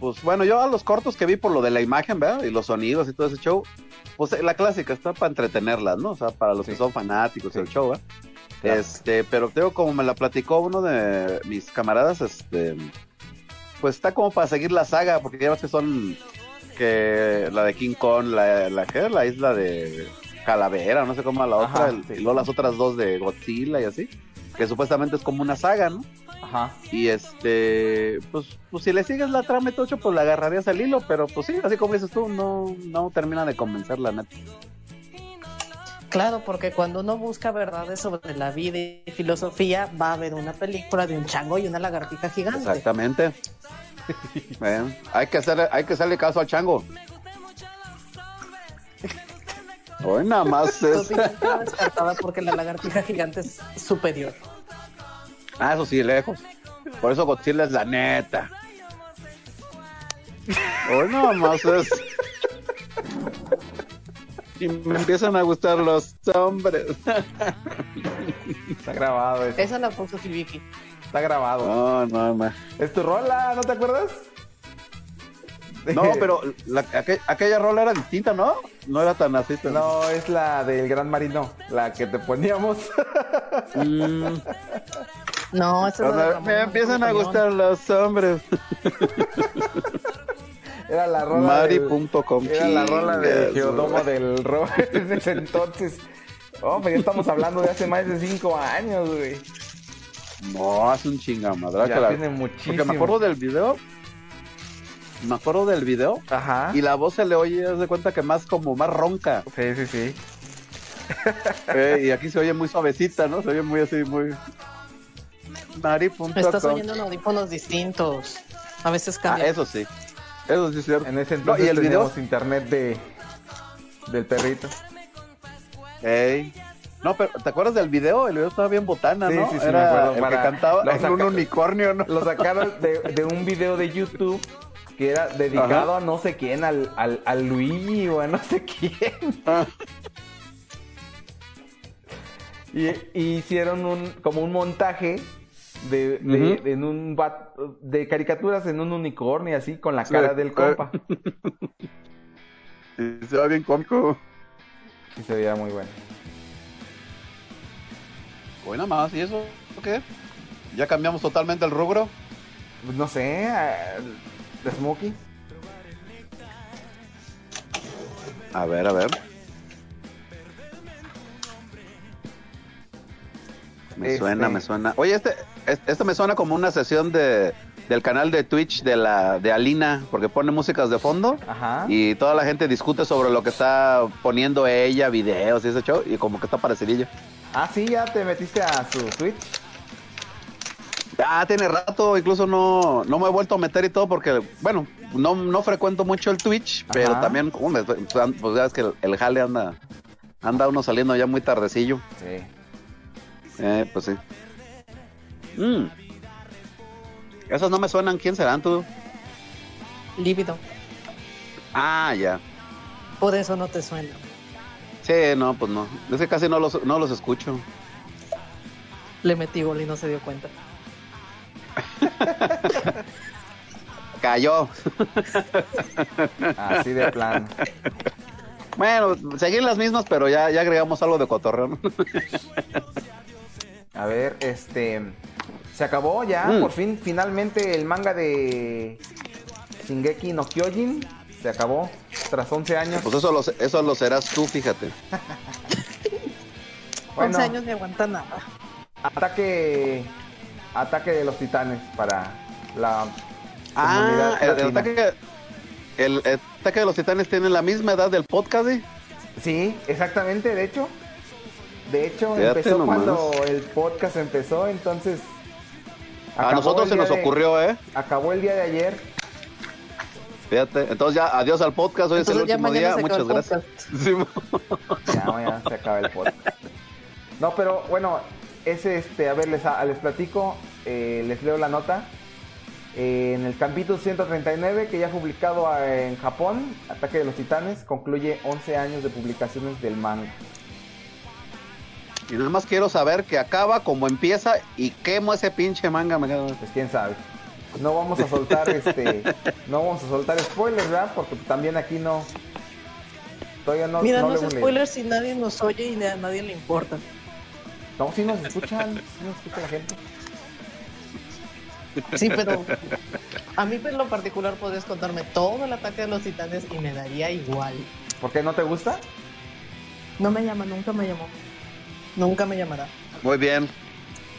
[SPEAKER 4] Pues bueno, yo a los cortos que vi por lo de la imagen, ¿verdad? Y los sonidos y todo ese show, pues eh, la clásica está para entretenerlas, ¿no? O sea, para los que
[SPEAKER 6] Sí.
[SPEAKER 4] son fanáticos
[SPEAKER 6] Sí.
[SPEAKER 4] del show, ¿verdad?
[SPEAKER 6] Claro.
[SPEAKER 4] Este, pero creo como me la platicó uno de mis camaradas, este, pues está como para seguir la saga, porque ya ves que son que la de King Kong, la, la que la isla de Calavera, no sé cómo la otra,
[SPEAKER 6] Ajá,
[SPEAKER 4] el-
[SPEAKER 6] sí.
[SPEAKER 4] y luego las otras dos de Godzilla y así, que supuestamente es como una saga, ¿no?
[SPEAKER 6] Ajá.
[SPEAKER 4] Y este, pues, pues si le sigues la trama y todo, eso, pues la agarrarías al hilo, pero pues sí, así como dices tú, no, no termina de convencer la neta.
[SPEAKER 7] Claro, porque cuando uno busca verdades sobre la vida y filosofía, va a haber una película de un chango y una lagartija gigante.
[SPEAKER 4] Exactamente. Eh, hay que hacer, hay que hacerle caso al chango. Hoy nada más
[SPEAKER 7] Tu
[SPEAKER 4] es.
[SPEAKER 7] opinión queda descartada porque la lagartija gigante es superior.
[SPEAKER 4] Ah, eso sí, lejos. Por eso Godzilla es la neta. Hoy nada más es. Y me empiezan a gustar los hombres.
[SPEAKER 6] Está grabado, eso,
[SPEAKER 7] Esa la puso Hibiki.
[SPEAKER 6] está grabado.
[SPEAKER 4] No, no, no.
[SPEAKER 6] Es tu rola, ¿no te acuerdas?
[SPEAKER 4] No, pero la- aqu- aquella rola era distinta, ¿no? No era tan así. tan-
[SPEAKER 6] No, es la del Gran Marino, la que te poníamos.
[SPEAKER 4] Mm,
[SPEAKER 7] No, esa
[SPEAKER 4] o
[SPEAKER 7] es la de
[SPEAKER 4] sea,
[SPEAKER 7] Ramón
[SPEAKER 4] me
[SPEAKER 7] López
[SPEAKER 4] empiezan a
[SPEAKER 7] Cañón.
[SPEAKER 4] gustar los hombres.
[SPEAKER 6] Era la rola del-
[SPEAKER 4] Mari.com.
[SPEAKER 6] Era la rola de
[SPEAKER 4] Chingas,
[SPEAKER 6] Geodomo
[SPEAKER 4] güey.
[SPEAKER 6] del Robert en ese entonces. Oh, pero ya estamos hablando de hace más de cinco años, güey.
[SPEAKER 4] No, es un chingamadra. que
[SPEAKER 6] Ya
[SPEAKER 4] la-
[SPEAKER 6] tiene
[SPEAKER 4] Ah, Porque
[SPEAKER 6] muchísimo.
[SPEAKER 4] me acuerdo del video. Me acuerdo del video.
[SPEAKER 6] Ajá.
[SPEAKER 4] Y la voz se le oye, haz de cuenta que más como más ronca.
[SPEAKER 6] Sí, sí, sí.
[SPEAKER 4] Eh, y aquí se oye muy suavecita, ¿no? Se oye muy así, muy. Mari.com.
[SPEAKER 7] Estás oyendo en audífonos distintos. A veces
[SPEAKER 4] Ah,
[SPEAKER 7] cambia.
[SPEAKER 4] eso sí. Eso sí es cierto.
[SPEAKER 6] En ese
[SPEAKER 4] No,
[SPEAKER 6] entonces
[SPEAKER 4] y el video
[SPEAKER 6] teníamos internet de del perrito.
[SPEAKER 4] Ey. No, pero ¿te acuerdas del video? El video estaba bien botana,
[SPEAKER 6] Sí,
[SPEAKER 4] ¿no?
[SPEAKER 6] sí, sí,
[SPEAKER 4] Era
[SPEAKER 6] me acuerdo,
[SPEAKER 4] el
[SPEAKER 6] para-
[SPEAKER 4] que cantaba
[SPEAKER 6] lo
[SPEAKER 4] en
[SPEAKER 6] saca-
[SPEAKER 4] un unicornio, ¿no?
[SPEAKER 6] Lo sacaron de, de un video de YouTube que era dedicado a no sé quién, al, al, al Luigi o a no sé quién.
[SPEAKER 4] Ah.
[SPEAKER 6] Y, y hicieron un como un montaje de, de-
[SPEAKER 4] Ujú.
[SPEAKER 6] de en un va- de caricaturas en un unicornio así con la cara
[SPEAKER 4] Sí,
[SPEAKER 6] del
[SPEAKER 4] eh.
[SPEAKER 6] compa.
[SPEAKER 4] Sí, Se va bien cómico.
[SPEAKER 6] Y se veía muy bueno.
[SPEAKER 4] Bueno, más, ¿y eso qué? ¿Ya cambiamos totalmente el rubro?
[SPEAKER 6] Pues No sé, a- de Smokey.
[SPEAKER 4] A ver, a ver. Me
[SPEAKER 6] Este.
[SPEAKER 4] suena, me suena. Oye, este, es- esto me suena como una sesión de, del canal de Twitch de la de Alina, porque pone músicas de fondo.
[SPEAKER 6] Ajá.
[SPEAKER 4] Y toda la gente discute sobre lo que está poniendo ella, videos y ese show, y como que está parecidillo.
[SPEAKER 6] Ah, sí, ya te metiste a su Twitch.
[SPEAKER 4] Ah, tiene rato, incluso no, no me he vuelto a meter y todo porque, bueno, no, no frecuento mucho el Twitch, pero
[SPEAKER 6] Ajá.
[SPEAKER 4] también, uh, me- pues ya ves que el, el jale anda, anda uno saliendo ya muy tardecillo.
[SPEAKER 6] Sí.
[SPEAKER 4] Eh, pues sí. Mm. Esas no me suenan, ¿quién serán tú?
[SPEAKER 7] Lívido.
[SPEAKER 4] Ah, ya.
[SPEAKER 7] Por eso no te suena.
[SPEAKER 4] Sí, no, pues no. Es que casi no los, no los escucho.
[SPEAKER 7] Le metí gol y no se dio cuenta.
[SPEAKER 4] cayó.
[SPEAKER 6] Así de plano.
[SPEAKER 4] Bueno, seguir las mismas, pero ya, ya agregamos algo de cotorreo.
[SPEAKER 6] A ver, este. Se acabó ya,
[SPEAKER 4] Mm.
[SPEAKER 6] por fin, finalmente el manga de Shingeki no Kyojin se acabó tras 11 años.
[SPEAKER 4] Pues eso lo, eso lo serás tú, fíjate.
[SPEAKER 7] 11
[SPEAKER 6] Bueno,
[SPEAKER 7] años ni aguanta nada.
[SPEAKER 6] ataque ataque de los titanes para la
[SPEAKER 4] Ah,
[SPEAKER 6] comunidad
[SPEAKER 4] el, el
[SPEAKER 6] latina.
[SPEAKER 4] ataque, el, ataque de los titanes tiene la misma edad del podcast, ¿eh?
[SPEAKER 6] Sí, exactamente, de hecho. De hecho,
[SPEAKER 4] Fíjate
[SPEAKER 6] empezó
[SPEAKER 4] nomás.
[SPEAKER 6] cuando el podcast empezó, entonces.
[SPEAKER 4] A
[SPEAKER 6] acabó
[SPEAKER 4] nosotros
[SPEAKER 6] el
[SPEAKER 4] se
[SPEAKER 6] día
[SPEAKER 4] nos
[SPEAKER 6] de-
[SPEAKER 4] ocurrió, ¿eh?
[SPEAKER 6] Acabó el día de ayer.
[SPEAKER 4] Fíjate. Entonces ya, adiós al podcast. Hoy es
[SPEAKER 7] Entonces
[SPEAKER 4] el
[SPEAKER 7] ya
[SPEAKER 4] último
[SPEAKER 7] mañana
[SPEAKER 4] día.
[SPEAKER 7] se acaba
[SPEAKER 4] Muchas
[SPEAKER 7] el
[SPEAKER 4] gracias.
[SPEAKER 7] podcast.
[SPEAKER 4] Sí, mo-
[SPEAKER 6] Ya, ya se acaba el podcast. No, pero bueno, ese, este, a ver, les, les platico, eh, les leo la nota. Eh, en el capítulo 139, que ya publicado eh, en Japón, Ataque de los Titanes, concluye 11 años de publicaciones del manga.
[SPEAKER 4] y nada más quiero saber que acaba, como empieza y quemo ese pinche manga. me quedo-
[SPEAKER 6] Pues quién sabe. No vamos a soltar este, no vamos a soltar spoilers, ¿verdad? Porque también aquí no. Todavía no,
[SPEAKER 7] Mira,
[SPEAKER 6] no
[SPEAKER 7] no
[SPEAKER 6] le
[SPEAKER 7] es
[SPEAKER 6] hemos leído.
[SPEAKER 7] spoiler si nadie nos oye y a nadie le importa.
[SPEAKER 6] No, sí nos escuchan, sí nos escucha la gente.
[SPEAKER 7] Sí, pero a mí en lo particular podrías contarme todo el ataque de los titanes y me daría igual.
[SPEAKER 6] ¿Por qué no te gusta?
[SPEAKER 7] No me llama, nunca me llamó. Nunca me llamará.
[SPEAKER 4] Muy bien.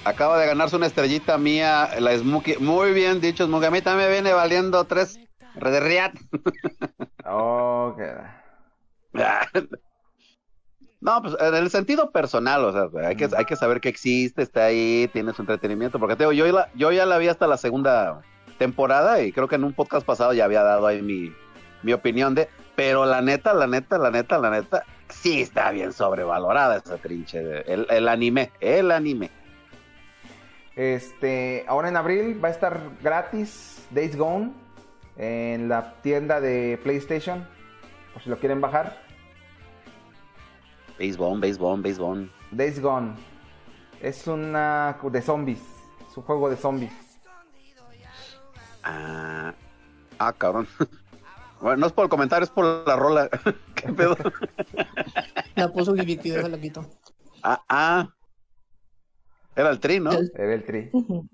[SPEAKER 4] Acaba de ganarse una estrellita mía, la Smokey. Muy bien dicho, Smokey. A mí también me viene valiendo tres. de riat.
[SPEAKER 6] Oh, que-
[SPEAKER 4] No, pues en el sentido personal, o sea, hay que, hay que saber que existe, está ahí, tiene su entretenimiento, porque te digo, yo, la- yo ya la vi hasta la segunda temporada y creo que en un podcast pasado ya había dado ahí mi, mi opinión de, pero la neta, la neta, la neta, la neta, sí está bien sobrevalorada esa trinche, de- el, el anime, el anime.
[SPEAKER 6] Este, ahora en abril va a estar gratis Days Gone en la tienda de PlayStation, por si lo quieren bajar.
[SPEAKER 4] Baseball, baseball, baseball.
[SPEAKER 6] Days Gone es una de zombies, es un juego de zombies.
[SPEAKER 4] Ah, ah, cabrón. Bueno, no es por el comentario, es por la rola. ¿Qué pedo?
[SPEAKER 7] La puso Gibiti, déjala quito.
[SPEAKER 4] Ah, ah. Era el tri, ¿no?
[SPEAKER 7] El-
[SPEAKER 6] Se ve el tri.
[SPEAKER 7] Ujú.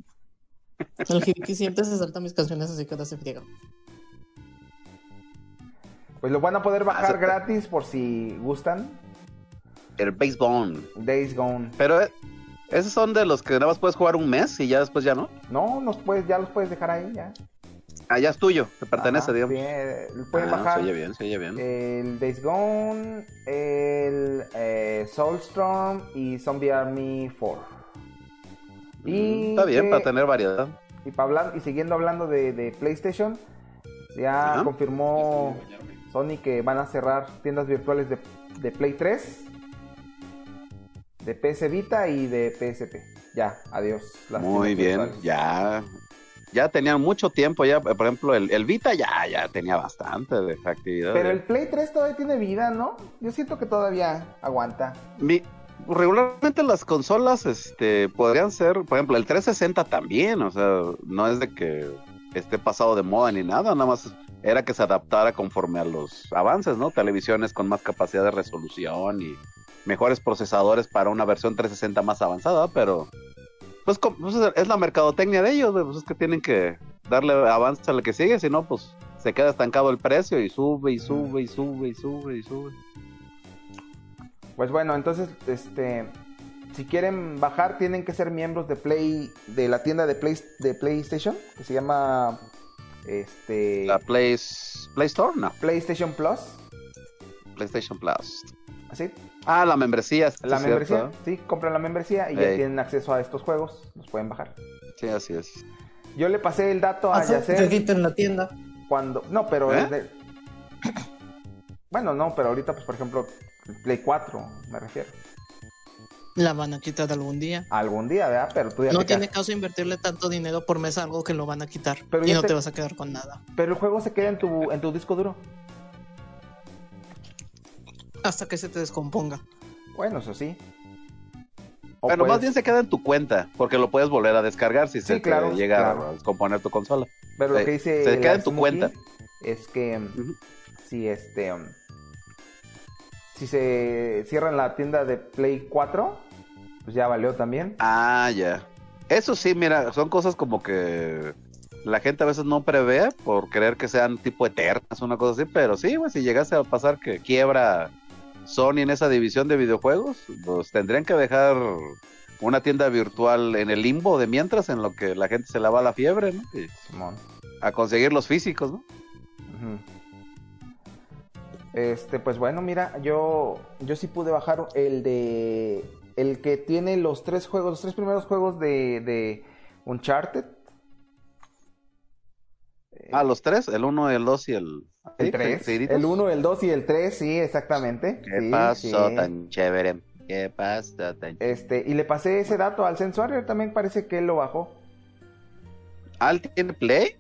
[SPEAKER 7] El Gibiti siempre se salta mis canciones, así que ahora se friega.
[SPEAKER 6] Pues lo van a poder bajar
[SPEAKER 4] Ah, se-
[SPEAKER 6] gratis por si gustan.
[SPEAKER 4] El baseball.
[SPEAKER 6] Days Gone.
[SPEAKER 4] Pero eh, esos son de los que nada más puedes jugar un mes y ya después ya no.
[SPEAKER 6] No, los puedes, ya los puedes dejar ahí ya.
[SPEAKER 4] Ah, ya es tuyo, te pertenece,
[SPEAKER 6] Ajá,
[SPEAKER 4] digamos.
[SPEAKER 6] sí, eh, pueden
[SPEAKER 4] Ah,
[SPEAKER 6] bajar
[SPEAKER 4] Se
[SPEAKER 6] Eh,
[SPEAKER 4] oye bien, se oye bien.
[SPEAKER 6] el Days Gone, el eh, Soulstorm y Zombie Army 4. y
[SPEAKER 4] Mm, Está bien
[SPEAKER 6] que-
[SPEAKER 4] para tener variedad.
[SPEAKER 6] Y, pa' hablar, y siguiendo hablando de, de PlayStation, ya
[SPEAKER 4] Ajá.
[SPEAKER 6] confirmó Sony que van a cerrar tiendas virtuales de, de Play 3, de PS Vita y de PSP. Ya, adiós. las
[SPEAKER 4] Muy
[SPEAKER 6] tiendas
[SPEAKER 4] bien,
[SPEAKER 6] virtuales.
[SPEAKER 4] ya. Ya tenían mucho tiempo, ya, por ejemplo, el, el Vita ya, ya tenía bastante de actividad.
[SPEAKER 6] Pero el Play 3 todavía tiene vida, ¿no? Yo siento que todavía aguanta.
[SPEAKER 4] Mi- regularmente las consolas este podrían ser, por ejemplo, el 360 también, o sea, no es de que esté pasado de moda ni nada, nada más era que se adaptara conforme a los avances, ¿no? Televisiones con más capacidad de resolución y mejores procesadores para una versión 360 más avanzada, pero pues, com- pues, es la mercadotecnia de ellos, pues es que tienen que darle avance a lo que sigue, si no, pues se queda estancado el precio y sube y sube y sube y sube y sube.
[SPEAKER 6] Pues bueno, entonces, este, si quieren bajar, tienen que ser miembros de Play, de la tienda de Play, de PlayStation, que se llama, este,
[SPEAKER 4] La Play, Play Store, no.
[SPEAKER 6] PlayStation Plus,
[SPEAKER 4] PlayStation Plus.
[SPEAKER 6] así,
[SPEAKER 4] Ah, la membresía. sí,
[SPEAKER 6] la
[SPEAKER 4] es
[SPEAKER 6] membresía,
[SPEAKER 4] cierto.
[SPEAKER 6] sí, compran la membresía y ya
[SPEAKER 4] Ey.
[SPEAKER 6] tienen acceso a estos juegos, los pueden bajar.
[SPEAKER 4] Sí, así es.
[SPEAKER 6] Yo le pasé el dato
[SPEAKER 4] Ah,
[SPEAKER 6] a
[SPEAKER 7] Pasa te
[SPEAKER 6] Yacer
[SPEAKER 7] quito en la tienda.
[SPEAKER 6] cuando, no, pero
[SPEAKER 4] ¿Eh?
[SPEAKER 6] es de- bueno, no, pero ahorita, pues, por ejemplo, el Play 4, me refiero,
[SPEAKER 7] La van a quitar algún día.
[SPEAKER 6] algún día, ¿verdad? Pero tú ya
[SPEAKER 7] No
[SPEAKER 6] te
[SPEAKER 7] tiene
[SPEAKER 6] quedas-
[SPEAKER 7] caso invertirle tanto dinero por mes a algo que lo van a quitar.
[SPEAKER 6] Pero
[SPEAKER 7] y
[SPEAKER 6] ya
[SPEAKER 7] no
[SPEAKER 6] te-
[SPEAKER 7] te... vas a quedar con nada.
[SPEAKER 6] pero el juego se queda en tu, en tu disco duro.
[SPEAKER 7] Hasta que se te descomponga.
[SPEAKER 6] Bueno, eso sí. O pues,
[SPEAKER 4] bueno, más
[SPEAKER 6] puedes-
[SPEAKER 4] bien se queda en tu cuenta, porque lo puedes volver a descargar si se
[SPEAKER 6] claro,
[SPEAKER 4] te llega
[SPEAKER 6] claro.
[SPEAKER 4] a descomponer tu consola.
[SPEAKER 6] Pero lo
[SPEAKER 4] Sí,
[SPEAKER 6] que dice.
[SPEAKER 4] se
[SPEAKER 6] el
[SPEAKER 4] queda en tu
[SPEAKER 6] Smokey
[SPEAKER 4] cuenta.
[SPEAKER 6] Es que um,
[SPEAKER 4] Ujú.
[SPEAKER 6] si este. um, si se cierran la tienda de Play 4, pues ya valió también.
[SPEAKER 4] Ah, ya. Eso sí, mira, son cosas como que la gente a veces no prevé por creer que sean tipo eternas, una cosa así, pero sí, güey, si llegase a pasar que quiebra Sony en esa división de videojuegos, pues tendrían que dejar una tienda virtual en el limbo de mientras en lo que la gente se lava la fiebre, ¿no? Y
[SPEAKER 6] Simón.
[SPEAKER 4] a conseguir los físicos, ¿no?
[SPEAKER 6] Ujú. Este, pues bueno, mira, yo, yo sí pude bajar el de. El que tiene los tres juegos, los tres primeros juegos de, de Uncharted.
[SPEAKER 4] Ah, los tres, el uno, el dos y el...
[SPEAKER 6] El
[SPEAKER 4] ¿sí?
[SPEAKER 6] 3.
[SPEAKER 4] ¿Seguiditos?
[SPEAKER 6] El 1, el 2 y el 3, sí, exactamente.
[SPEAKER 4] ¿Qué
[SPEAKER 6] sí,
[SPEAKER 4] pasó
[SPEAKER 6] sí.
[SPEAKER 4] tan chévere? ¿Qué pasó tan
[SPEAKER 6] Este, y le pasé ese dato al Sensuario, también parece que él lo bajó.
[SPEAKER 4] ¿Ah, él tiene play?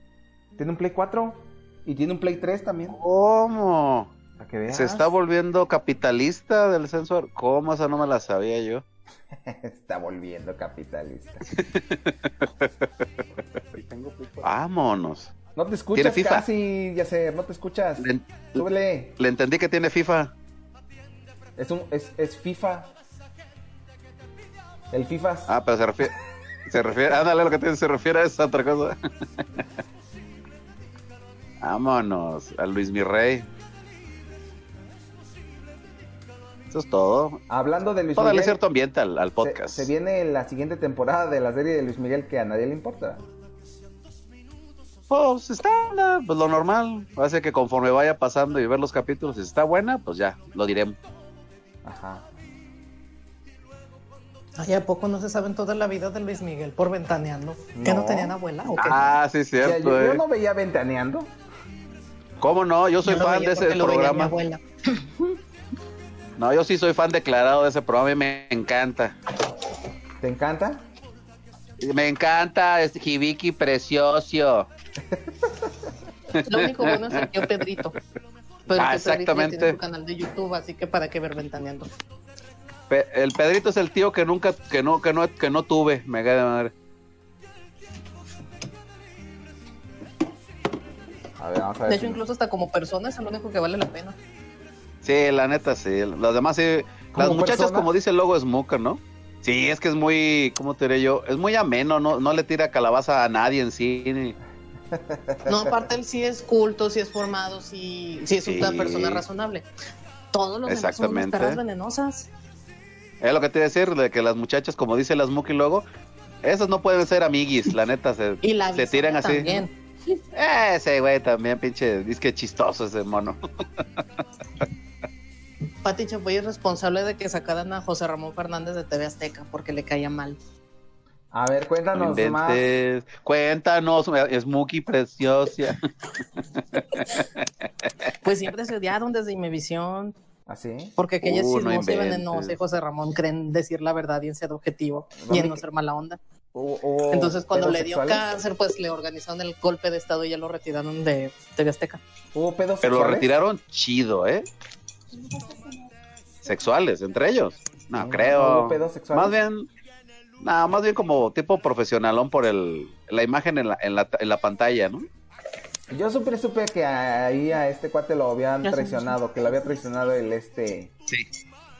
[SPEAKER 6] Tiene un Play 4 y tiene un Play 3 también.
[SPEAKER 4] ¿Cómo?
[SPEAKER 6] Para que veas.
[SPEAKER 4] Se está volviendo capitalista del sensor. ¿Cómo esa no me la sabía yo?
[SPEAKER 6] Está volviendo capitalista.
[SPEAKER 4] Vámonos.
[SPEAKER 6] No te escuchas
[SPEAKER 4] ¿Tiene FIFA?
[SPEAKER 6] casi, ya sé, no te escuchas.
[SPEAKER 4] Le, en-
[SPEAKER 6] Súbele.
[SPEAKER 4] le entendí que tiene FIFA.
[SPEAKER 6] Es un es, es FIFA. El FIFA.
[SPEAKER 4] Ah, pero se refiere. Se refiere. Ándale, lo que tiene, se refiere a esa otra cosa. Vámonos. A Luis Mirrey. Eso es todo.
[SPEAKER 6] Hablando de Luis
[SPEAKER 4] Todo
[SPEAKER 6] Miguel.
[SPEAKER 4] el cierto ambiente al, al
[SPEAKER 6] se-
[SPEAKER 4] podcast.
[SPEAKER 6] Se, viene la siguiente temporada de la serie de Luis Miguel que a nadie le importa.
[SPEAKER 4] Pues está la- pues, lo normal. Hace que conforme vaya pasando y ver los capítulos, si está buena, pues ya, lo diremos.
[SPEAKER 6] Ajá.
[SPEAKER 7] Ay, ¿a poco no se saben toda la vida de Luis Miguel por ventaneando? ¿Que
[SPEAKER 6] No.
[SPEAKER 7] no tenían abuela o qué?
[SPEAKER 4] Ah, sí,
[SPEAKER 6] O sea,
[SPEAKER 4] cierto.
[SPEAKER 6] yo, yo
[SPEAKER 4] eh.
[SPEAKER 6] no veía ventaneando.
[SPEAKER 4] ¿Cómo no? Yo soy
[SPEAKER 7] Yo lo
[SPEAKER 4] fan
[SPEAKER 7] veía
[SPEAKER 4] de ese
[SPEAKER 7] porque lo veía mi
[SPEAKER 4] programa.
[SPEAKER 7] abuela.
[SPEAKER 4] No, yo sí soy fan declarado de ese programa y me encanta.
[SPEAKER 6] ¿Te encanta?
[SPEAKER 4] Me encanta es Hibiki Precioso.
[SPEAKER 7] Lo único bueno es el tío Pedrito.
[SPEAKER 4] Ah,
[SPEAKER 7] Pero el tío Pedrito ya
[SPEAKER 4] exactamente.
[SPEAKER 7] Tiene su canal de YouTube, así que para qué ver ventaneando.
[SPEAKER 4] Pe- el Pedrito es el tío que nunca, que no, que no, que no tuve. Me cae de madre.
[SPEAKER 6] A ver, vamos a ver.
[SPEAKER 7] De
[SPEAKER 6] si
[SPEAKER 7] hecho,
[SPEAKER 6] no-
[SPEAKER 7] incluso hasta como persona es el único que vale la pena.
[SPEAKER 4] Sí, la neta, sí. Las demás sí. Las
[SPEAKER 6] ¿Como
[SPEAKER 4] muchachas,
[SPEAKER 6] persona?
[SPEAKER 4] como dice el logo Smoker, ¿no? Sí, es que es muy, ¿cómo te diré yo? Es muy ameno, no, no le tira calabaza a nadie en sí. ni-
[SPEAKER 7] No, aparte él sí es culto, sí es formado, sí, sí es una
[SPEAKER 4] Sí.
[SPEAKER 7] persona razonable. Todos los demás son unas
[SPEAKER 4] Exactamente.
[SPEAKER 7] perras venenosas.
[SPEAKER 4] Es lo que te iba a decir, de que las muchachas, como dice las Muki luego, esas no pueden ser amiguis, la neta, se,
[SPEAKER 7] Y la
[SPEAKER 4] se
[SPEAKER 7] avisona
[SPEAKER 4] tiran así.
[SPEAKER 7] también.
[SPEAKER 4] Ese güey también, pinche, dice que chistoso ese mono.
[SPEAKER 7] Pati Chapoy es responsable de que sacaran a José Ramón Fernández de TV Azteca porque le caía mal.
[SPEAKER 6] A ver,
[SPEAKER 4] No
[SPEAKER 6] cuéntanos más.
[SPEAKER 4] inventes. Cuéntanos, es Muki preciosa.
[SPEAKER 7] Pues siempre se odiaron desde Imevisión,
[SPEAKER 6] ¿Así?
[SPEAKER 7] porque aquella es
[SPEAKER 4] Uh, no
[SPEAKER 7] chismosa y
[SPEAKER 4] inventes.
[SPEAKER 7] venenosa y José Ramón creen decir la verdad y en ser objetivo y en no ser mala onda.
[SPEAKER 6] O- o
[SPEAKER 7] Entonces cuando le dio
[SPEAKER 6] pedosexuales.
[SPEAKER 7] cáncer, pues le organizaron el golpe de estado y ya lo retiraron de TV Azteca.
[SPEAKER 6] ¿Hubo pedos
[SPEAKER 4] Pero lo
[SPEAKER 6] sexuales?
[SPEAKER 4] retiraron chido, ¿eh? Sexuales, entre ellos. No,
[SPEAKER 6] No, no
[SPEAKER 4] creo.
[SPEAKER 6] Mm, hubo pedos sexuales.
[SPEAKER 4] más bien, nada, más bien como tipo profesionalón por el, la imagen en la, en la, en la pantalla, ¿no?
[SPEAKER 6] Yo supe, supe que ahí a este cuate lo habían
[SPEAKER 7] Ya se
[SPEAKER 6] traicionado, que lo había traicionado el este.
[SPEAKER 4] Sí.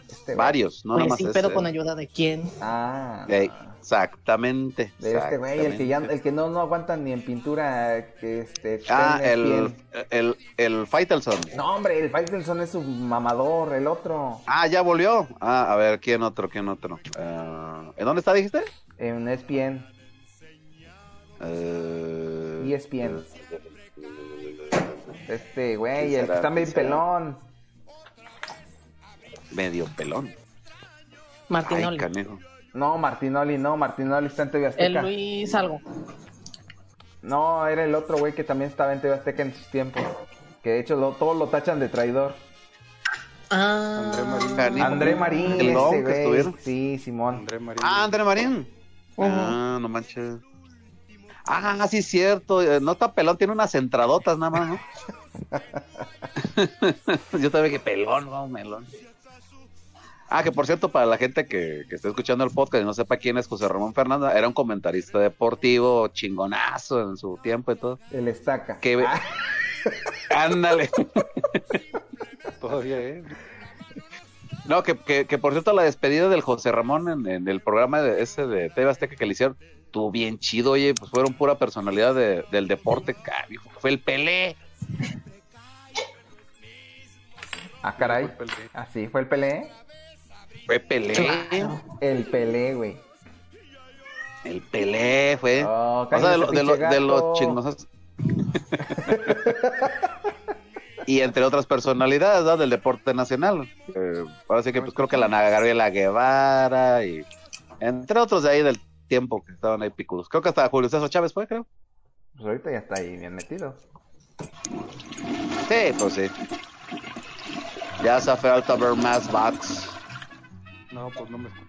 [SPEAKER 6] este
[SPEAKER 4] Varios, no
[SPEAKER 7] Oye,
[SPEAKER 4] nomás
[SPEAKER 7] sí,
[SPEAKER 4] ese.
[SPEAKER 7] pero con ayuda de quién.
[SPEAKER 6] Ah.
[SPEAKER 4] Ey, Exactamente.
[SPEAKER 6] De este güey, el que
[SPEAKER 4] exactamente.
[SPEAKER 6] ya, el que no, no aguanta ni en pintura, que este.
[SPEAKER 4] Ah,
[SPEAKER 6] tenes
[SPEAKER 4] el,
[SPEAKER 6] bien.
[SPEAKER 4] el, el Faitelson.
[SPEAKER 6] No, hombre, el Faitelson es su mamador, el otro.
[SPEAKER 4] Ah, ya volvió. Ah, a ver, ¿quién otro? ¿Quién otro? Ah, ¿En dónde está, dijiste?
[SPEAKER 6] En ESPN,
[SPEAKER 4] Eh,
[SPEAKER 6] ESPN. Este güey,
[SPEAKER 4] ¿Quién
[SPEAKER 6] el que
[SPEAKER 4] será?
[SPEAKER 6] está
[SPEAKER 4] ¿Quién
[SPEAKER 6] bien
[SPEAKER 4] será?
[SPEAKER 6] pelón.
[SPEAKER 4] Medio pelón. Ay,
[SPEAKER 7] Martinoli.
[SPEAKER 4] canejo.
[SPEAKER 6] No, Martinoli, no, Martinoli está en TV
[SPEAKER 7] el
[SPEAKER 6] Azteca.
[SPEAKER 7] Luis algo.
[SPEAKER 6] No, era el otro güey que también estaba en TV Azteca en sus tiempos. Que de hecho lo- todos lo tachan de traidor.
[SPEAKER 7] Ah,
[SPEAKER 5] André Marín.
[SPEAKER 4] Canejo.
[SPEAKER 6] André Marín,
[SPEAKER 4] El
[SPEAKER 6] ese
[SPEAKER 4] don que
[SPEAKER 6] güey.
[SPEAKER 4] estuvieron.
[SPEAKER 6] Sí, Simón.
[SPEAKER 5] André Marín.
[SPEAKER 4] Ah, André Marín.
[SPEAKER 7] Ujú.
[SPEAKER 4] Ah, no manches. Ah, sí, cierto. eh, No está pelón, tiene unas entradotas nada más, ¿no? Yo también que pelón, no, melón. Ah, que por cierto, para la gente que, que esté escuchando el podcast y no sepa quién es José Ramón Fernández, era un comentarista deportivo chingonazo en su tiempo y todo.
[SPEAKER 6] El estaca.
[SPEAKER 4] Que-
[SPEAKER 6] Ah,
[SPEAKER 4] Ándale. Todavía, ¿eh? No, que, que, que por cierto, la despedida del José Ramón en, en el programa de- ese de TV Azteca que le hicieron, estuvo bien chido, oye, pues fueron pura personalidad de- del deporte, carajo, fue el Pelé.
[SPEAKER 6] ah, caray. Así fue el Pelé.
[SPEAKER 4] Fue Pelé.
[SPEAKER 6] El Pelé, güey.
[SPEAKER 4] El Pelé fue.
[SPEAKER 6] Oh,
[SPEAKER 4] o sea, de, lo- de, lo-
[SPEAKER 6] pinche
[SPEAKER 4] de
[SPEAKER 6] gato.
[SPEAKER 4] los chingosos. y entre otras personalidades ¿no? del deporte nacional. Eh, ahora sí que pues creo que la Ana Gabriela Guevara y entre otros de ahí del tiempo que estaban ahí picudos. Creo que hasta Julio César Chávez fue, creo.
[SPEAKER 6] Pues ahorita ya está ahí bien metido.
[SPEAKER 4] Sí, pues sí. Ya hace falta ver más Bucks.
[SPEAKER 5] No, pues no me escucho.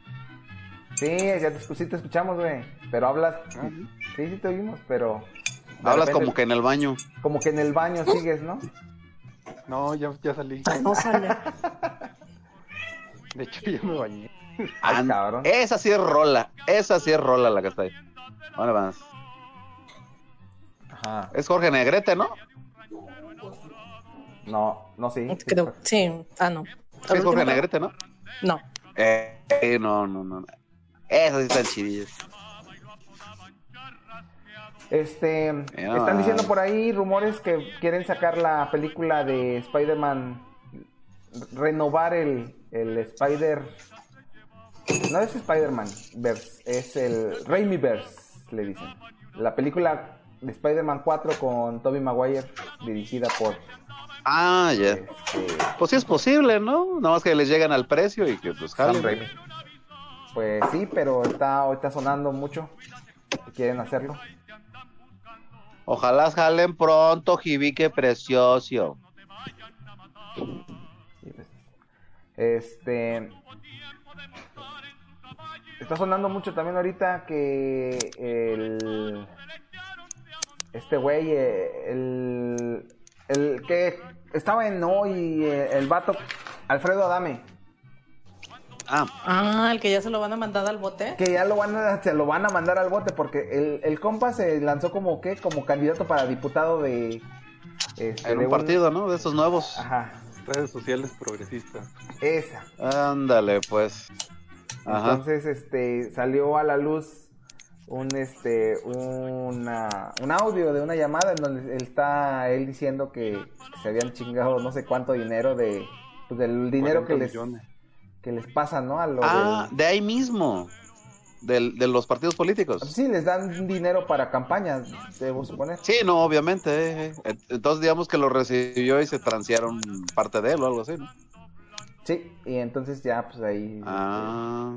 [SPEAKER 6] Sí, ya te, escu- sí te escuchamos, güey. Pero hablas. Ah, Sí, sí te oímos, pero. de
[SPEAKER 4] Hablas
[SPEAKER 6] repente-
[SPEAKER 4] como que en el baño.
[SPEAKER 6] Como que en el baño sigues, ¿no?
[SPEAKER 5] No, ya, ya salí.
[SPEAKER 7] No sale.
[SPEAKER 5] De hecho, ya me bañé.
[SPEAKER 6] Ay,
[SPEAKER 4] And-
[SPEAKER 6] cabrón.
[SPEAKER 4] Esa sí es rola. Esa sí es rola la que está ahí. Bueno, más.
[SPEAKER 6] Ajá.
[SPEAKER 4] Es Jorge Negrete, ¿no?
[SPEAKER 6] No, no, sí. sí,
[SPEAKER 7] Creo. Sí. Ah, no.
[SPEAKER 4] Sí, es Jorge
[SPEAKER 7] Última-
[SPEAKER 4] Negrete, ¿no?
[SPEAKER 7] No.
[SPEAKER 4] Eh, eh, no, no, no. Esas sí están chidillas.
[SPEAKER 6] Este,
[SPEAKER 4] Mira
[SPEAKER 6] están
[SPEAKER 4] nomás.
[SPEAKER 6] diciendo por ahí rumores que quieren sacar la película de Spider-Man, renovar el, el Spider... No es Spider-Man, verse, es el Raimiverse, le dicen. La película de Spider-Man 4 con Tobey Maguire, dirigida por...
[SPEAKER 4] Ah, ya.
[SPEAKER 6] este,
[SPEAKER 4] Pues sí es posible, ¿no? Nada más que les llegan al precio y que pues
[SPEAKER 6] Sam
[SPEAKER 4] jalen.
[SPEAKER 6] Raimi. Pues sí, pero está, ahorita sonando mucho. Quieren hacerlo.
[SPEAKER 4] Ojalá jalen pronto, Jibique Precioso.
[SPEAKER 6] Y, pues, Este. Está sonando mucho también ahorita que el. Este güey, eh, el. El que estaba en hoy, eh, el vato Alfredo Adame.
[SPEAKER 4] Ah,
[SPEAKER 7] Ah, el que ya se lo van a mandar al bote.
[SPEAKER 6] Que ya lo van a, se lo van a mandar al bote porque el, el compa se lanzó como que, como candidato para diputado de. este,
[SPEAKER 4] en
[SPEAKER 6] de
[SPEAKER 4] un partido, ¿no? De esos nuevos.
[SPEAKER 6] Ajá,
[SPEAKER 3] Redes sociales progresistas.
[SPEAKER 6] esa.
[SPEAKER 4] Ándale, pues. Ajá.
[SPEAKER 6] Entonces, este, salió a la luz un este una, un audio de una llamada en donde él está él diciendo que se habían chingado no sé cuánto dinero de pues, del dinero que
[SPEAKER 3] 40
[SPEAKER 6] les
[SPEAKER 3] millones.
[SPEAKER 6] que les pasa, ¿no? A lo
[SPEAKER 4] Ah,
[SPEAKER 6] del-
[SPEAKER 4] de ahí mismo. Del, de los partidos políticos.
[SPEAKER 6] Ah, Sí, les dan dinero para campañas, debo suponer.
[SPEAKER 4] Sí, no, obviamente. eh, eh. Ent- Entonces, digamos que lo recibió y se transearon parte de él o algo así, ¿no?
[SPEAKER 6] Sí, y entonces ya pues ahí
[SPEAKER 4] Ah.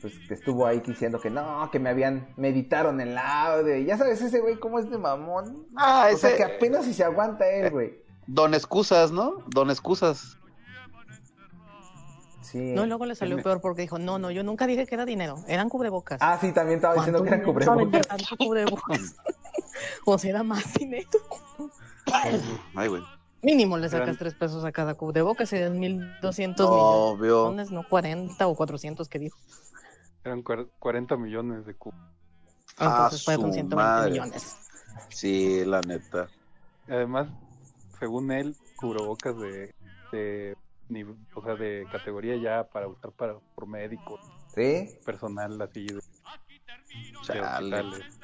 [SPEAKER 6] pues estuvo ahí diciendo que no, que me habían meditaron el audio. Y ya sabes ese güey cómo es de mamón.
[SPEAKER 4] Ah,
[SPEAKER 6] o sea,
[SPEAKER 4] ese.
[SPEAKER 6] que apenas si se aguanta él, güey.
[SPEAKER 4] Don excusas, ¿no? Don excusas.
[SPEAKER 6] Sí.
[SPEAKER 7] No, luego le salió peor porque dijo, no, no, yo nunca dije que era dinero, eran cubrebocas.
[SPEAKER 6] Ah, sí, también estaba diciendo que eran
[SPEAKER 7] ¿Cuánto dinero
[SPEAKER 6] cubrebocas.
[SPEAKER 7] saben de tanto cubrebocas? o sea, era más dinero.
[SPEAKER 4] Ay, güey.
[SPEAKER 7] Mínimo le sacas
[SPEAKER 3] Eran-
[SPEAKER 7] tres pesos a cada cubrebocas, serían 1200 millones.
[SPEAKER 4] Obvio.
[SPEAKER 7] No 40 o 400 que dijo.
[SPEAKER 3] Eran cuar- 40 millones de cubos.
[SPEAKER 4] Ah,
[SPEAKER 7] Entonces fue con
[SPEAKER 4] su
[SPEAKER 7] 120
[SPEAKER 4] madre.
[SPEAKER 7] millones.
[SPEAKER 4] Sí, la neta.
[SPEAKER 3] Además, según él, cubrebocas de, de nivel- o sea, de categoría ya para usar para por médicos,
[SPEAKER 6] Sí.
[SPEAKER 3] personal así de, de
[SPEAKER 4] Chale.
[SPEAKER 3] hospitales.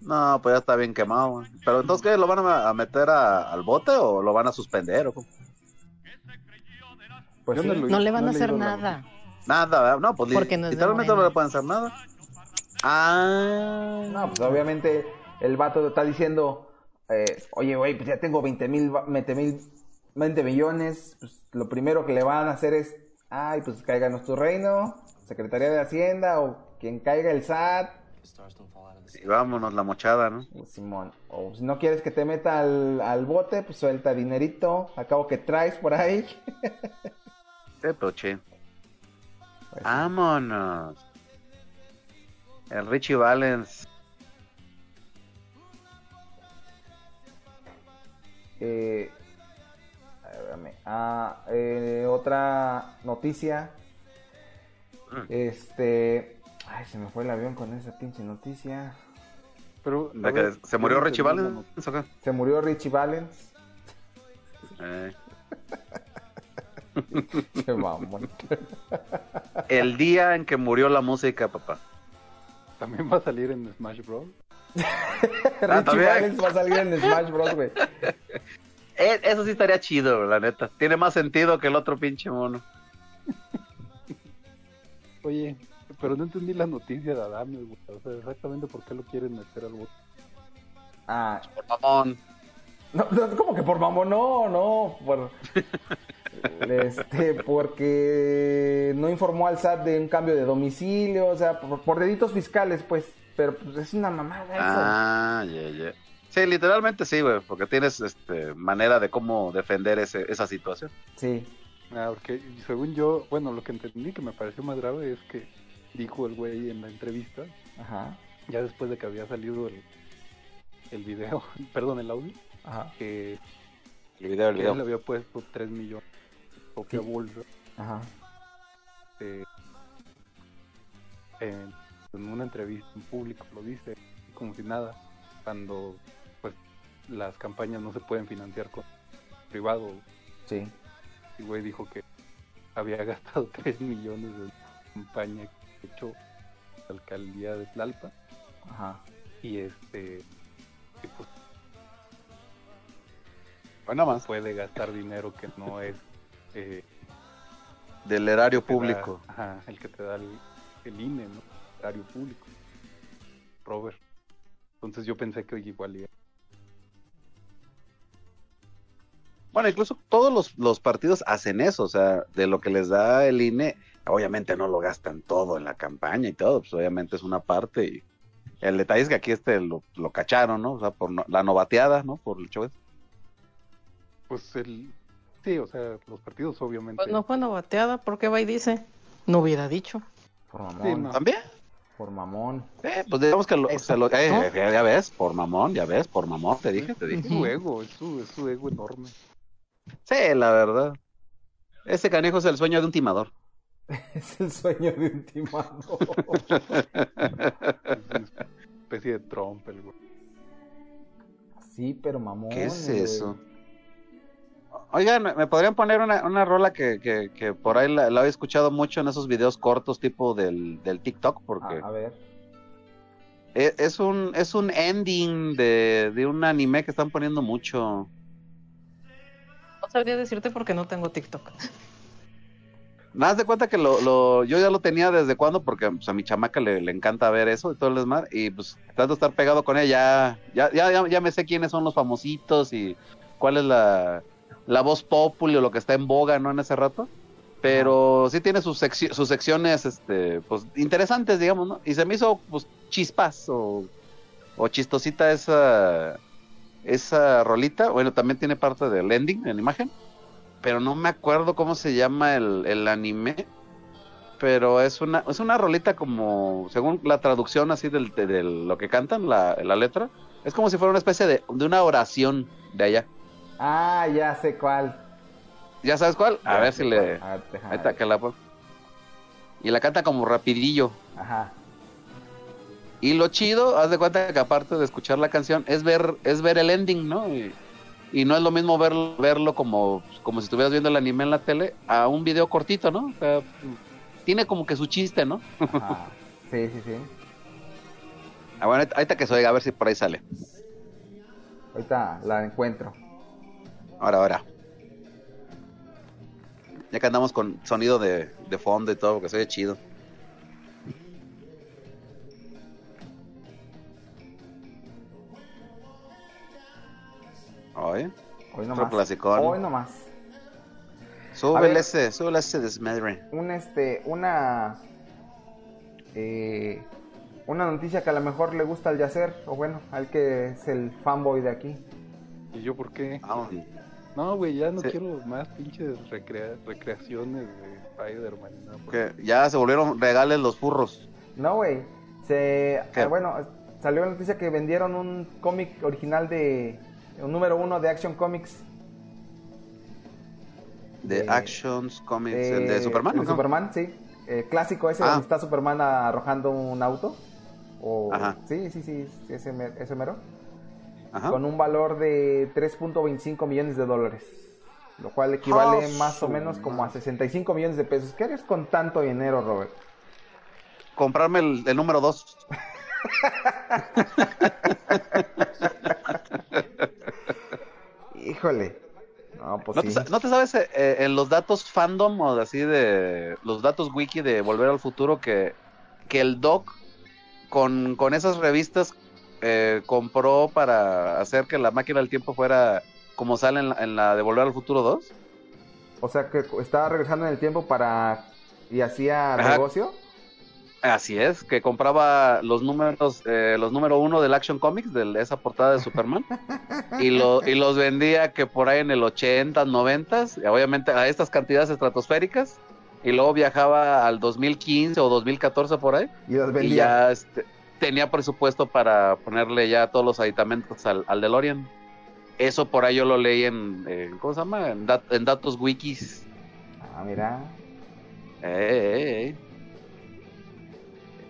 [SPEAKER 4] No, pues ya está bien quemado. güey. Pero entonces, ¿qué? ¿Lo van a a meter a- al bote o lo van a suspender? o cómo?
[SPEAKER 6] Pues
[SPEAKER 3] Yo
[SPEAKER 6] sí.
[SPEAKER 3] no lo-
[SPEAKER 7] No le van a
[SPEAKER 3] he
[SPEAKER 7] hacer
[SPEAKER 3] leído la-
[SPEAKER 7] nada.
[SPEAKER 4] Nada, ¿verdad? No, pues li-
[SPEAKER 7] Porque no es de
[SPEAKER 4] literalmente no
[SPEAKER 7] Morena.
[SPEAKER 4] le pueden hacer nada. Ah.
[SPEAKER 6] No, pues obviamente el vato está diciendo, eh, oye, güey, pues ya tengo 20 mil, va- 20 mil, 20 millones. Pues lo primero que le van a hacer es, ay, pues cáiganos tu reino, Secretaría de Hacienda o quien caiga el SAT.
[SPEAKER 4] Y vámonos, la mochada, ¿no?
[SPEAKER 6] o Simón, o si no quieres que te meta al, al bote, pues suelta dinerito, acabo que traes por ahí.
[SPEAKER 4] Sí, pero che.
[SPEAKER 7] Pues
[SPEAKER 4] Vámonos. El Richie Valens.
[SPEAKER 6] Eh, a ver, dame. Ah, eh, otra noticia.
[SPEAKER 4] Mm.
[SPEAKER 6] Este. Ay, se me fue el avión con esa pinche noticia.
[SPEAKER 3] Pero, a
[SPEAKER 4] De que
[SPEAKER 3] ver,
[SPEAKER 4] ¿Se murió
[SPEAKER 3] ¿cómo
[SPEAKER 4] Richie
[SPEAKER 3] termina la
[SPEAKER 4] Valens? ¿o qué?
[SPEAKER 6] Se murió Richie Valens.
[SPEAKER 4] Eh,
[SPEAKER 6] Qué mamón.
[SPEAKER 4] el día en que murió la música, papá.
[SPEAKER 3] not- También va a salir en Smash Bros.
[SPEAKER 6] Richie
[SPEAKER 4] Ah, también.
[SPEAKER 6] Valens va a salir en Smash Bros, güey.
[SPEAKER 4] Eh, eso sí estaría chido, la neta. Tiene más sentido que el otro pinche mono.
[SPEAKER 3] Oye, pero no entendí la noticia de Adames, güey. O sea, exactamente por qué lo quieren meter al bote.
[SPEAKER 6] Ah,
[SPEAKER 4] Por mamón.
[SPEAKER 6] No, no, ¿Cómo que por mamón? No, no, por... Este, porque no informó al SAT de un cambio de domicilio, o sea, por, por delitos fiscales, pues, pero pues, es una mamada eso.
[SPEAKER 4] Ah, ya, ya. Sí, literalmente sí, güey, porque tienes este, manera de cómo defender ese, esa situación.
[SPEAKER 6] Sí,
[SPEAKER 3] Ah, porque según yo, bueno, lo que entendí que me pareció más grave es que dijo el güey en la entrevista,
[SPEAKER 6] ajá,
[SPEAKER 3] ya después de que había salido el, el video, perdón, el audio,
[SPEAKER 6] ajá,
[SPEAKER 3] que,
[SPEAKER 4] El video,
[SPEAKER 3] que él le había puesto 3 millones o que
[SPEAKER 6] Sí.
[SPEAKER 3] bolsa
[SPEAKER 6] ajá,
[SPEAKER 3] este, en, en una entrevista en público lo dice, como si nada, cuando pues las campañas no se pueden financiar con privado.
[SPEAKER 6] sí.
[SPEAKER 3] Y güey dijo que había gastado 3 millones en campaña que ha hecho la alcaldía de Tlalpa
[SPEAKER 6] Ajá.
[SPEAKER 3] y este y pues
[SPEAKER 6] Pues
[SPEAKER 4] Bueno, más.
[SPEAKER 3] puede gastar dinero que no es eh,
[SPEAKER 4] Del erario
[SPEAKER 3] te da-
[SPEAKER 4] público.
[SPEAKER 3] ajá, el que te da el, el INE, ¿no? El horario público. Robert. Entonces yo pensé que igual iba-
[SPEAKER 4] Bueno, incluso todos los, los partidos hacen eso, o sea, de lo que les da el INE, obviamente no lo gastan todo en la campaña y todo, pues obviamente es una parte. Y el detalle es que aquí este lo, lo cacharon, ¿no? O sea, por no- la novateada, ¿no? Por el show.
[SPEAKER 3] Pues el. Sí, o sea, los partidos obviamente.
[SPEAKER 7] Pues no fue novateada, ¿por qué va y dice? No hubiera dicho.
[SPEAKER 6] Por mamón,
[SPEAKER 3] Sí, no.
[SPEAKER 4] También,
[SPEAKER 6] por mamón.
[SPEAKER 4] eh, pues digamos que lo, se lo- eh, eh, ya ves, por mamón, ya ves, por mamón, te dije, te dije.
[SPEAKER 3] Es su ego, es su, es su ego enorme.
[SPEAKER 4] Sí, la verdad. Este canejo es el sueño de un timador.
[SPEAKER 6] Es el sueño de un timado.
[SPEAKER 3] Es una especie de Trump, el güey.
[SPEAKER 6] sí, pero mamón.
[SPEAKER 4] ¿Qué es
[SPEAKER 6] güey.
[SPEAKER 4] eso? Oigan, ¿me- ¿me podrían poner una, una rola que, que- que por ahí la, la he escuchado mucho en esos videos cortos tipo del, del TikTok?
[SPEAKER 6] Ah,
[SPEAKER 4] Porque
[SPEAKER 6] a ver.
[SPEAKER 4] e- es un es un ending de, de un anime que están poniendo mucho.
[SPEAKER 7] No sabría decirte porque no tengo TikTok.
[SPEAKER 4] Más de cuenta que lo, lo- yo ya lo tenía desde cuando porque pues, a mi chamaca le, le encanta ver eso y todo el desmadre. Y pues tanto estar pegado con ella, ya, ya, ya, ya me sé quiénes son los famositos y cuál es la, la voz popular o lo que está en boga, ¿no? En ese rato. Pero sí tiene sus, secci- sus secciones, este, pues interesantes, digamos, ¿no? Y se me hizo, pues, chispas o, o chistosita esa, esa rolita. Bueno, también tiene parte del ending en imagen pero no me acuerdo cómo se llama el, el anime. Pero es una, es una rolita como, según la traducción así del, de, de lo que cantan, la, la letra, es como si fuera una especie de, de una oración de allá.
[SPEAKER 6] Ah, ya sé cuál.
[SPEAKER 4] ¿Ya sabes cuál? A
[SPEAKER 6] Ya
[SPEAKER 4] ver
[SPEAKER 6] sé
[SPEAKER 4] si le...
[SPEAKER 6] cuál. A ver, déjame
[SPEAKER 4] Ahí está,
[SPEAKER 6] ver.
[SPEAKER 4] que la pon- Y la canta como rapidillo.
[SPEAKER 6] Ajá.
[SPEAKER 4] Y lo chido, haz de cuenta que aparte de escuchar la canción, es ver, es ver el ending, ¿no? Y, y no es lo mismo verlo, verlo como, como si estuvieras viendo el anime en la tele a un video cortito, ¿no? O sea, tiene como que su chiste, ¿no?
[SPEAKER 6] Ajá. Sí, sí, sí.
[SPEAKER 4] Ah, bueno, ahorita- ahorita que se oiga, a ver si por ahí sale.
[SPEAKER 6] Ahorita la encuentro.
[SPEAKER 4] Ahora, ahora. Ya que andamos con sonido de, de fondo y todo, porque se oye chido. Oye,
[SPEAKER 6] Hoy
[SPEAKER 4] Otro
[SPEAKER 6] nomás.
[SPEAKER 4] clasicón.
[SPEAKER 6] Hoy nomás. A ver.
[SPEAKER 4] súbele ese, súbele ese desmadre.
[SPEAKER 6] Un este, una eh, una noticia que a lo mejor le gusta al Yacer, o bueno, al que es el fanboy de aquí.
[SPEAKER 3] ¿Y yo por qué?
[SPEAKER 4] Vamos.
[SPEAKER 3] No, güey, ya no
[SPEAKER 4] Sí.
[SPEAKER 3] quiero más pinches recrea- recreaciones de Spider-Man. ¿no?
[SPEAKER 4] Que ya se volvieron regales los furros.
[SPEAKER 6] No, güey. Se
[SPEAKER 4] ¿Qué?
[SPEAKER 6] ah, bueno, salió la noticia que vendieron un cómic original de un número uno de Action Comics.
[SPEAKER 4] De
[SPEAKER 6] Eh,
[SPEAKER 4] Actions Comics,
[SPEAKER 6] Eh,
[SPEAKER 4] el de Superman,
[SPEAKER 6] el
[SPEAKER 4] ¿no?
[SPEAKER 6] Superman, sí. Eh, clásico ese
[SPEAKER 4] Ah.
[SPEAKER 6] donde está Superman arrojando un auto. O,
[SPEAKER 4] Ajá.
[SPEAKER 6] Sí, sí, sí, ese, me- ese mero.
[SPEAKER 4] Ajá.
[SPEAKER 6] Con un valor de 3.25 millones de dólares. Lo cual equivale
[SPEAKER 4] Ah,
[SPEAKER 6] más o
[SPEAKER 4] su
[SPEAKER 6] menos como a
[SPEAKER 4] madre.
[SPEAKER 6] 65 millones de pesos. ¿Qué harías con tanto dinero, Robert?
[SPEAKER 4] Comprarme el, el número 2.
[SPEAKER 6] Híjole. No, pues
[SPEAKER 4] ¿No,
[SPEAKER 6] sí.
[SPEAKER 4] te, sa- no te sabes eh, eh, en los datos fandom o así de los datos wiki de Volver al Futuro que, que el Doc con, con esas revistas eh, compró para hacer que la máquina del tiempo fuera como sale en la, en la de Volver al Futuro 2?
[SPEAKER 6] O sea que estaba regresando en el tiempo para... Y hacía
[SPEAKER 4] Ajá.
[SPEAKER 6] negocio.
[SPEAKER 4] Así es, que compraba los números, eh, los número uno del Action Comics, de esa portada de Superman, y, lo, y los vendía que por ahí en el 80, 90, y obviamente a estas cantidades estratosféricas, y luego viajaba al 2015 o 2014 por ahí,
[SPEAKER 6] Y los
[SPEAKER 4] y
[SPEAKER 6] vendía.
[SPEAKER 4] ya este, tenía presupuesto para ponerle ya todos los aditamentos al, al DeLorean. Eso por ahí yo lo leí en, eh, ¿cómo se llama? En, dat- en datos wikis.
[SPEAKER 6] Ah, mira.
[SPEAKER 4] Eh, eh, eh.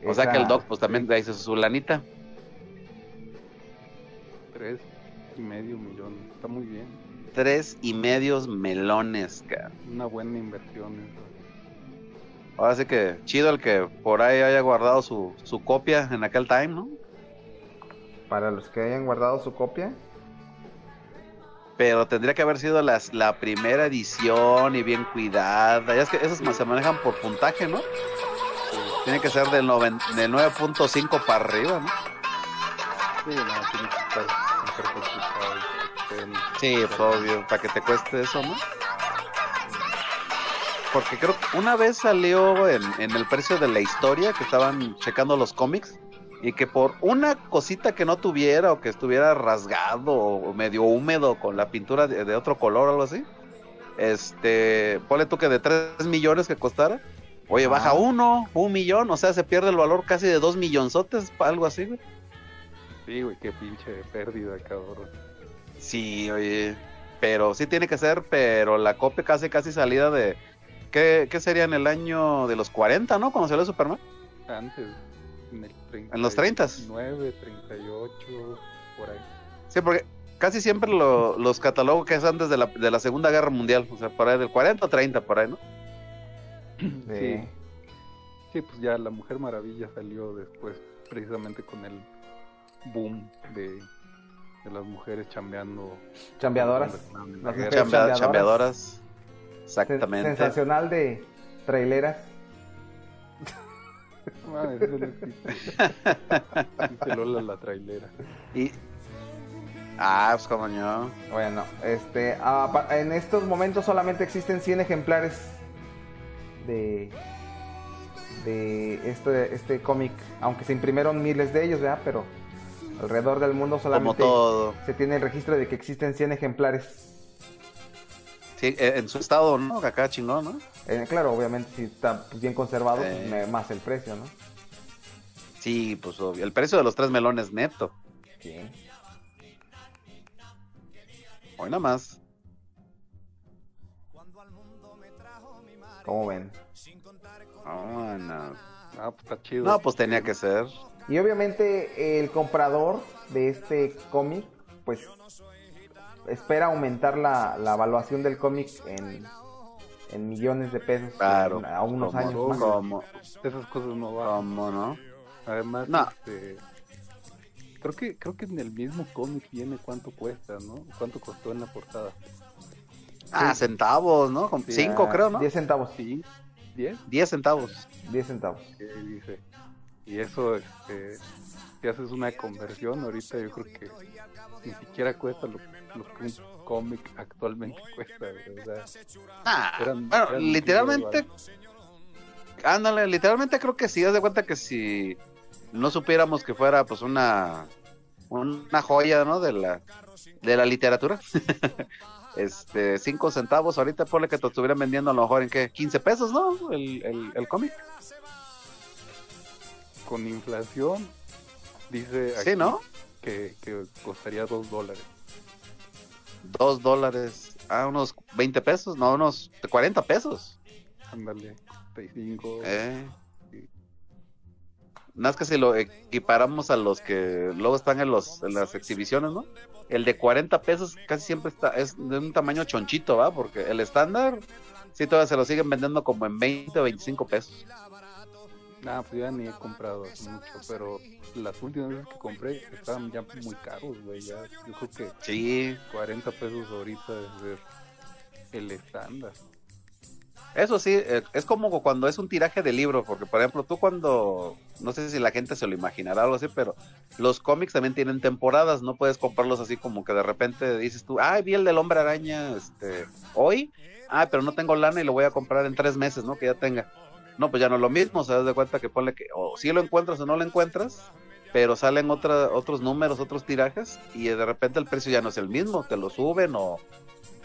[SPEAKER 4] O sea que el
[SPEAKER 6] Esa-
[SPEAKER 4] Doc pues también le hizo su lanita.
[SPEAKER 3] Tres y medio millón. Está muy bien.
[SPEAKER 4] tres y medios melones, cara.
[SPEAKER 3] Una buena inversión. ¿eh? eso.
[SPEAKER 4] Ahora sí que chido el que por ahí haya guardado su, su copia en aquel time, ¿no?
[SPEAKER 6] Para los que hayan guardado su copia.
[SPEAKER 4] Pero tendría que haber sido las, la primera edición y bien cuidada. Ya es que esas ma- se manejan por puntaje, ¿no? Tiene que ser del, noven- del 9.5 para arriba, ¿no?
[SPEAKER 3] Sí, no, tiene que estar súper complicado. este,
[SPEAKER 4] Sí, pues, obvio, para que te cueste eso, ¿no? Porque creo que una vez salió en, en el precio de la historia que estaban checando los cómics y que por una cosita que no tuviera o que estuviera rasgado o medio húmedo con la pintura de, de otro color o algo así, este, ponle tú que de 3 millones que costara, oye, baja uno, un millón, o sea, se pierde el valor casi de 2 millonzotes, pa- algo así, güey.
[SPEAKER 3] Sí, güey, qué pinche pérdida, cabrón.
[SPEAKER 4] Sí, oye. Pero sí tiene que ser, pero la copia casi, casi salida de. ¿Qué, qué sería en el año de los 40, no? Cuando salió Superman.
[SPEAKER 3] Antes, en el 30.
[SPEAKER 4] ¿En los 30s?
[SPEAKER 3] 9, 38, por ahí.
[SPEAKER 4] Sí, porque casi siempre lo- los catálogos que es antes de la, de la Segunda Guerra Mundial. O sea, por ahí del 40 o 30, por ahí, ¿no?
[SPEAKER 6] De...
[SPEAKER 3] Sí. Sí, pues ya la Mujer Maravilla salió después, precisamente con el boom de, de las mujeres chambeando.
[SPEAKER 6] Chambeadoras.
[SPEAKER 3] La
[SPEAKER 6] Las
[SPEAKER 3] guerra.
[SPEAKER 6] mujeres
[SPEAKER 4] Chambea-
[SPEAKER 6] chambeadoras.
[SPEAKER 4] chambeadoras.
[SPEAKER 6] Sen-
[SPEAKER 4] Exactamente.
[SPEAKER 6] sensacional de traileras.
[SPEAKER 3] Ah, eso no existe. Dice Lola la trailera.
[SPEAKER 4] Y. Ah, pues como yo.
[SPEAKER 6] Bueno, este, ah, pa- en estos momentos solamente existen 100 ejemplares de de este este cómic, aunque se imprimieron miles de ellos, ¿verdad? Pero alrededor del mundo
[SPEAKER 4] Como
[SPEAKER 6] solamente
[SPEAKER 4] todo.
[SPEAKER 6] se tiene el registro de que existen 100 ejemplares.
[SPEAKER 4] Sí, eh, en su estado, ¿no? Acá chingón, ¿no?
[SPEAKER 6] Eh, claro, obviamente si está pues, bien conservado, pues,
[SPEAKER 4] Eh.
[SPEAKER 6] me- más el precio, ¿no?
[SPEAKER 4] Sí, pues obvio. El precio de los tres melones neto. Hoy nada más.
[SPEAKER 6] Como ven.
[SPEAKER 4] Ah, no.
[SPEAKER 3] Ah, pues está chido.
[SPEAKER 4] No, pues tenía que ser.
[SPEAKER 6] Y obviamente el comprador de este cómic, pues espera aumentar la, la evaluación del cómic en, en millones de pesos
[SPEAKER 4] Claro.
[SPEAKER 6] en- a unos
[SPEAKER 4] ¿Cómo-
[SPEAKER 6] años más.
[SPEAKER 4] ¿Cómo,
[SPEAKER 3] Esas cosas no van.
[SPEAKER 4] cómo no?
[SPEAKER 3] Además,
[SPEAKER 4] No.
[SPEAKER 3] este, creo que creo que en el mismo cómic viene cuánto cuesta, ¿no? Cuánto costó en la portada.
[SPEAKER 4] Ah, centavos, ¿no? Con
[SPEAKER 3] Sí,
[SPEAKER 4] cinco,
[SPEAKER 6] Ah,
[SPEAKER 4] creo, ¿no?
[SPEAKER 6] 10 centavos,
[SPEAKER 3] Sí, 10,
[SPEAKER 4] Diez centavos.
[SPEAKER 6] 10 centavos.
[SPEAKER 3] que dice. Y eso, este, si haces una conversión ahorita, yo creo que ni siquiera cuesta lo, lo que un cómic actualmente cuesta. güey, o sea,
[SPEAKER 4] Ah,
[SPEAKER 3] Eran-
[SPEAKER 4] bueno,
[SPEAKER 3] eran
[SPEAKER 4] literalmente.
[SPEAKER 3] muy
[SPEAKER 4] Ándale, literalmente creo que sí. Haz de cuenta que si no supiéramos que fuera, pues, una. Una joya, ¿no? De la, de la literatura. este, cinco centavos. Ahorita ponle que te estuvieran vendiendo a lo mejor en qué? 15 pesos, ¿no? El, el, el cómic.
[SPEAKER 3] con inflación, dice
[SPEAKER 4] Sí,
[SPEAKER 3] aquí
[SPEAKER 4] ¿no?
[SPEAKER 3] que, que costaría 2 dólares.
[SPEAKER 4] Dos dólares. a unos 20 pesos, no, unos 40 pesos.
[SPEAKER 3] Ándale, 35.
[SPEAKER 4] Eh. Nada más que si lo equiparamos a los que luego están en, los, en las exhibiciones, ¿no? El de 40 pesos casi siempre está, es de un tamaño chonchito, ¿va? Porque el estándar, sí, todavía se lo siguen vendiendo como en 20 o 25 pesos.
[SPEAKER 3] Nada, pues ya ni he comprado hace mucho, pero las últimas veces que compré estaban ya muy caros, güey. Ya, yo creo que
[SPEAKER 4] Sí,
[SPEAKER 3] 40 pesos ahorita es de el estándar.
[SPEAKER 4] Eso sí, eh, es como cuando es un tiraje de libro, porque por ejemplo tú cuando, no sé si la gente se lo imaginará o algo así, pero los cómics también tienen temporadas, no puedes comprarlos así como que de repente dices tú, ay, vi el del hombre araña este, hoy, ay, pero no tengo lana y lo voy a comprar en tres meses, ¿no? Que ya tenga. No, pues ya no es lo mismo, o sea, das de cuenta que ponle que o si lo encuentras o no lo encuentras, pero salen otra, otros números, otros tirajes y de repente el precio ya no es el mismo, te lo suben o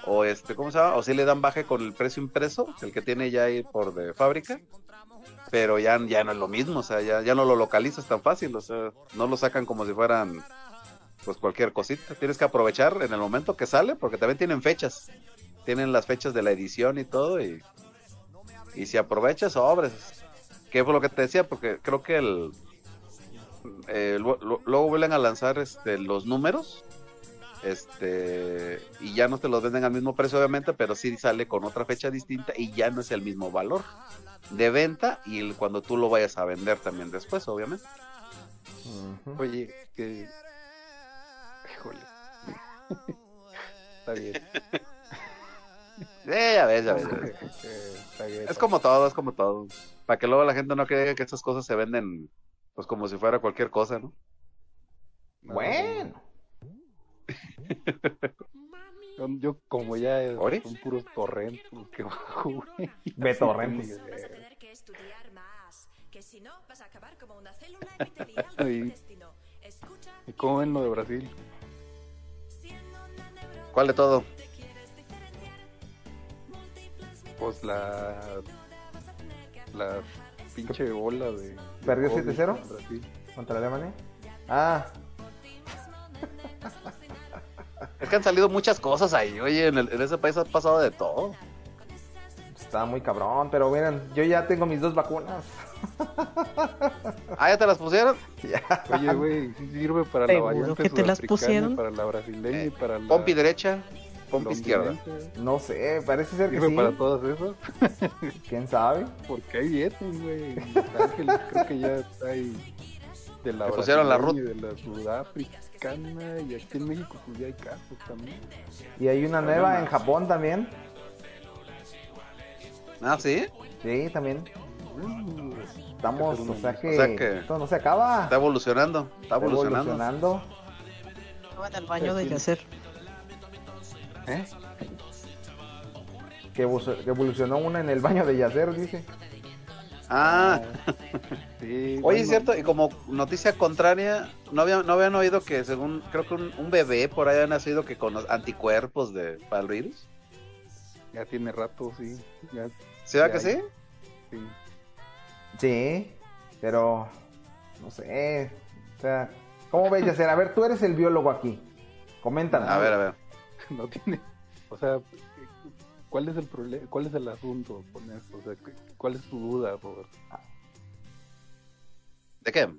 [SPEAKER 4] o este, ¿cómo se llama? O si le dan baje con el precio impreso, el que tiene ya ahí por de fábrica, pero ya, ya no es lo mismo, o sea, ya, ya no lo localizas tan fácil, o sea, no lo sacan como si fueran pues cualquier cosita, tienes que aprovechar en el momento que sale, porque también tienen fechas, tienen las fechas de la edición y todo, y, y si aprovechas, sobres, que fue lo que te decía, porque creo que el... eh, lu- lu- luego vuelven a lanzar este, los números este y ya no te los venden al mismo precio obviamente pero sí sale con otra fecha distinta y ya no es el mismo valor de venta y el- cuando tú lo vayas a vender también después obviamente
[SPEAKER 5] Ujú.
[SPEAKER 3] Oye, que. Híjole. Está bien.
[SPEAKER 4] Eh, ya ves, ya ves, ya ves.
[SPEAKER 3] Eh, está bien.
[SPEAKER 4] es como todo es como todo para que luego la gente no crea que estas cosas se venden pues como si fuera cualquier cosa no
[SPEAKER 3] No,
[SPEAKER 6] Bueno.
[SPEAKER 3] Yo, yo como ya es,
[SPEAKER 4] ¿Ore?
[SPEAKER 3] son puros torrentes los que bajo, güey.
[SPEAKER 6] Ve torrentes.
[SPEAKER 9] Vas a tener que estudiar más, que si no vas a acabar como una célula epitelial de
[SPEAKER 3] Ay.
[SPEAKER 9] tu destino. Escucha,
[SPEAKER 3] ¿Y cómo ven lo de Brasil?
[SPEAKER 9] siendo una neurona,
[SPEAKER 4] cuál de todo
[SPEAKER 9] te quieres diferenciar. Múltiples
[SPEAKER 3] Pues la. La pinche bola de. de
[SPEAKER 6] ¿Perdió
[SPEAKER 3] COVID
[SPEAKER 6] 7-0?
[SPEAKER 3] en Brasil.
[SPEAKER 6] ¿Contra Alemania? Ah,
[SPEAKER 4] es que han salido muchas cosas ahí oye en, el- en ese país ha pasado de todo
[SPEAKER 6] está muy cabrón, pero miren, yo ya tengo mis dos vacunas.
[SPEAKER 4] ah ya te las pusieron
[SPEAKER 3] Oye, güey, sí sirve para la
[SPEAKER 7] Seguro
[SPEAKER 3] variante
[SPEAKER 7] que te
[SPEAKER 3] sudafricana
[SPEAKER 7] las
[SPEAKER 3] y
[SPEAKER 7] pusieron.
[SPEAKER 3] Para la brasileña y para la.
[SPEAKER 4] pompi derecha pompi izquierda
[SPEAKER 3] londinense.
[SPEAKER 6] No sé, parece ser que
[SPEAKER 3] Sirve
[SPEAKER 6] sí.
[SPEAKER 3] para todas esas.
[SPEAKER 6] ¿Quién sabe?
[SPEAKER 3] Porque hay billetes, güey. En Los Ángeles creo que ya está ahí. De la
[SPEAKER 4] Te pusieron la
[SPEAKER 3] brasileña y De la sudafricana. Y aquí en México, pues ya hay casos también.
[SPEAKER 6] Y hay una nueva en Japón también.
[SPEAKER 4] ah sí
[SPEAKER 6] Sí, también.
[SPEAKER 4] Uh,
[SPEAKER 6] Estamos, o sea que,
[SPEAKER 4] O sea que-
[SPEAKER 6] esto no se acaba.
[SPEAKER 4] está evolucionando está evolucionando
[SPEAKER 6] evolucionando.
[SPEAKER 7] Estaban al baño de Yacer.
[SPEAKER 3] ¿Eh?
[SPEAKER 6] Que evo- que evolucionó una en el baño de Yacer, dice.
[SPEAKER 4] Ah,
[SPEAKER 3] Sí,
[SPEAKER 4] oye,
[SPEAKER 3] bueno,
[SPEAKER 4] es cierto, y como noticia contraria, no, había, no habían oído que según, creo que un, un bebé por ahí había nacido que con los anticuerpos de, para el virus.
[SPEAKER 3] Ya tiene rato, sí. Ya,
[SPEAKER 4] ¿Sí va
[SPEAKER 3] Ya,
[SPEAKER 4] que sí?
[SPEAKER 3] sí.
[SPEAKER 6] Sí, pero no sé. O sea, ¿cómo ves, Yacer? A ver, tú eres el biólogo aquí. Coméntanos.
[SPEAKER 4] A ver, a ver.
[SPEAKER 3] no tiene, o sea, ¿cuál es el problema, cuál es el asunto con esto? O sea, cu- ¿cuál es tu duda, Robert?
[SPEAKER 4] ¿De qué?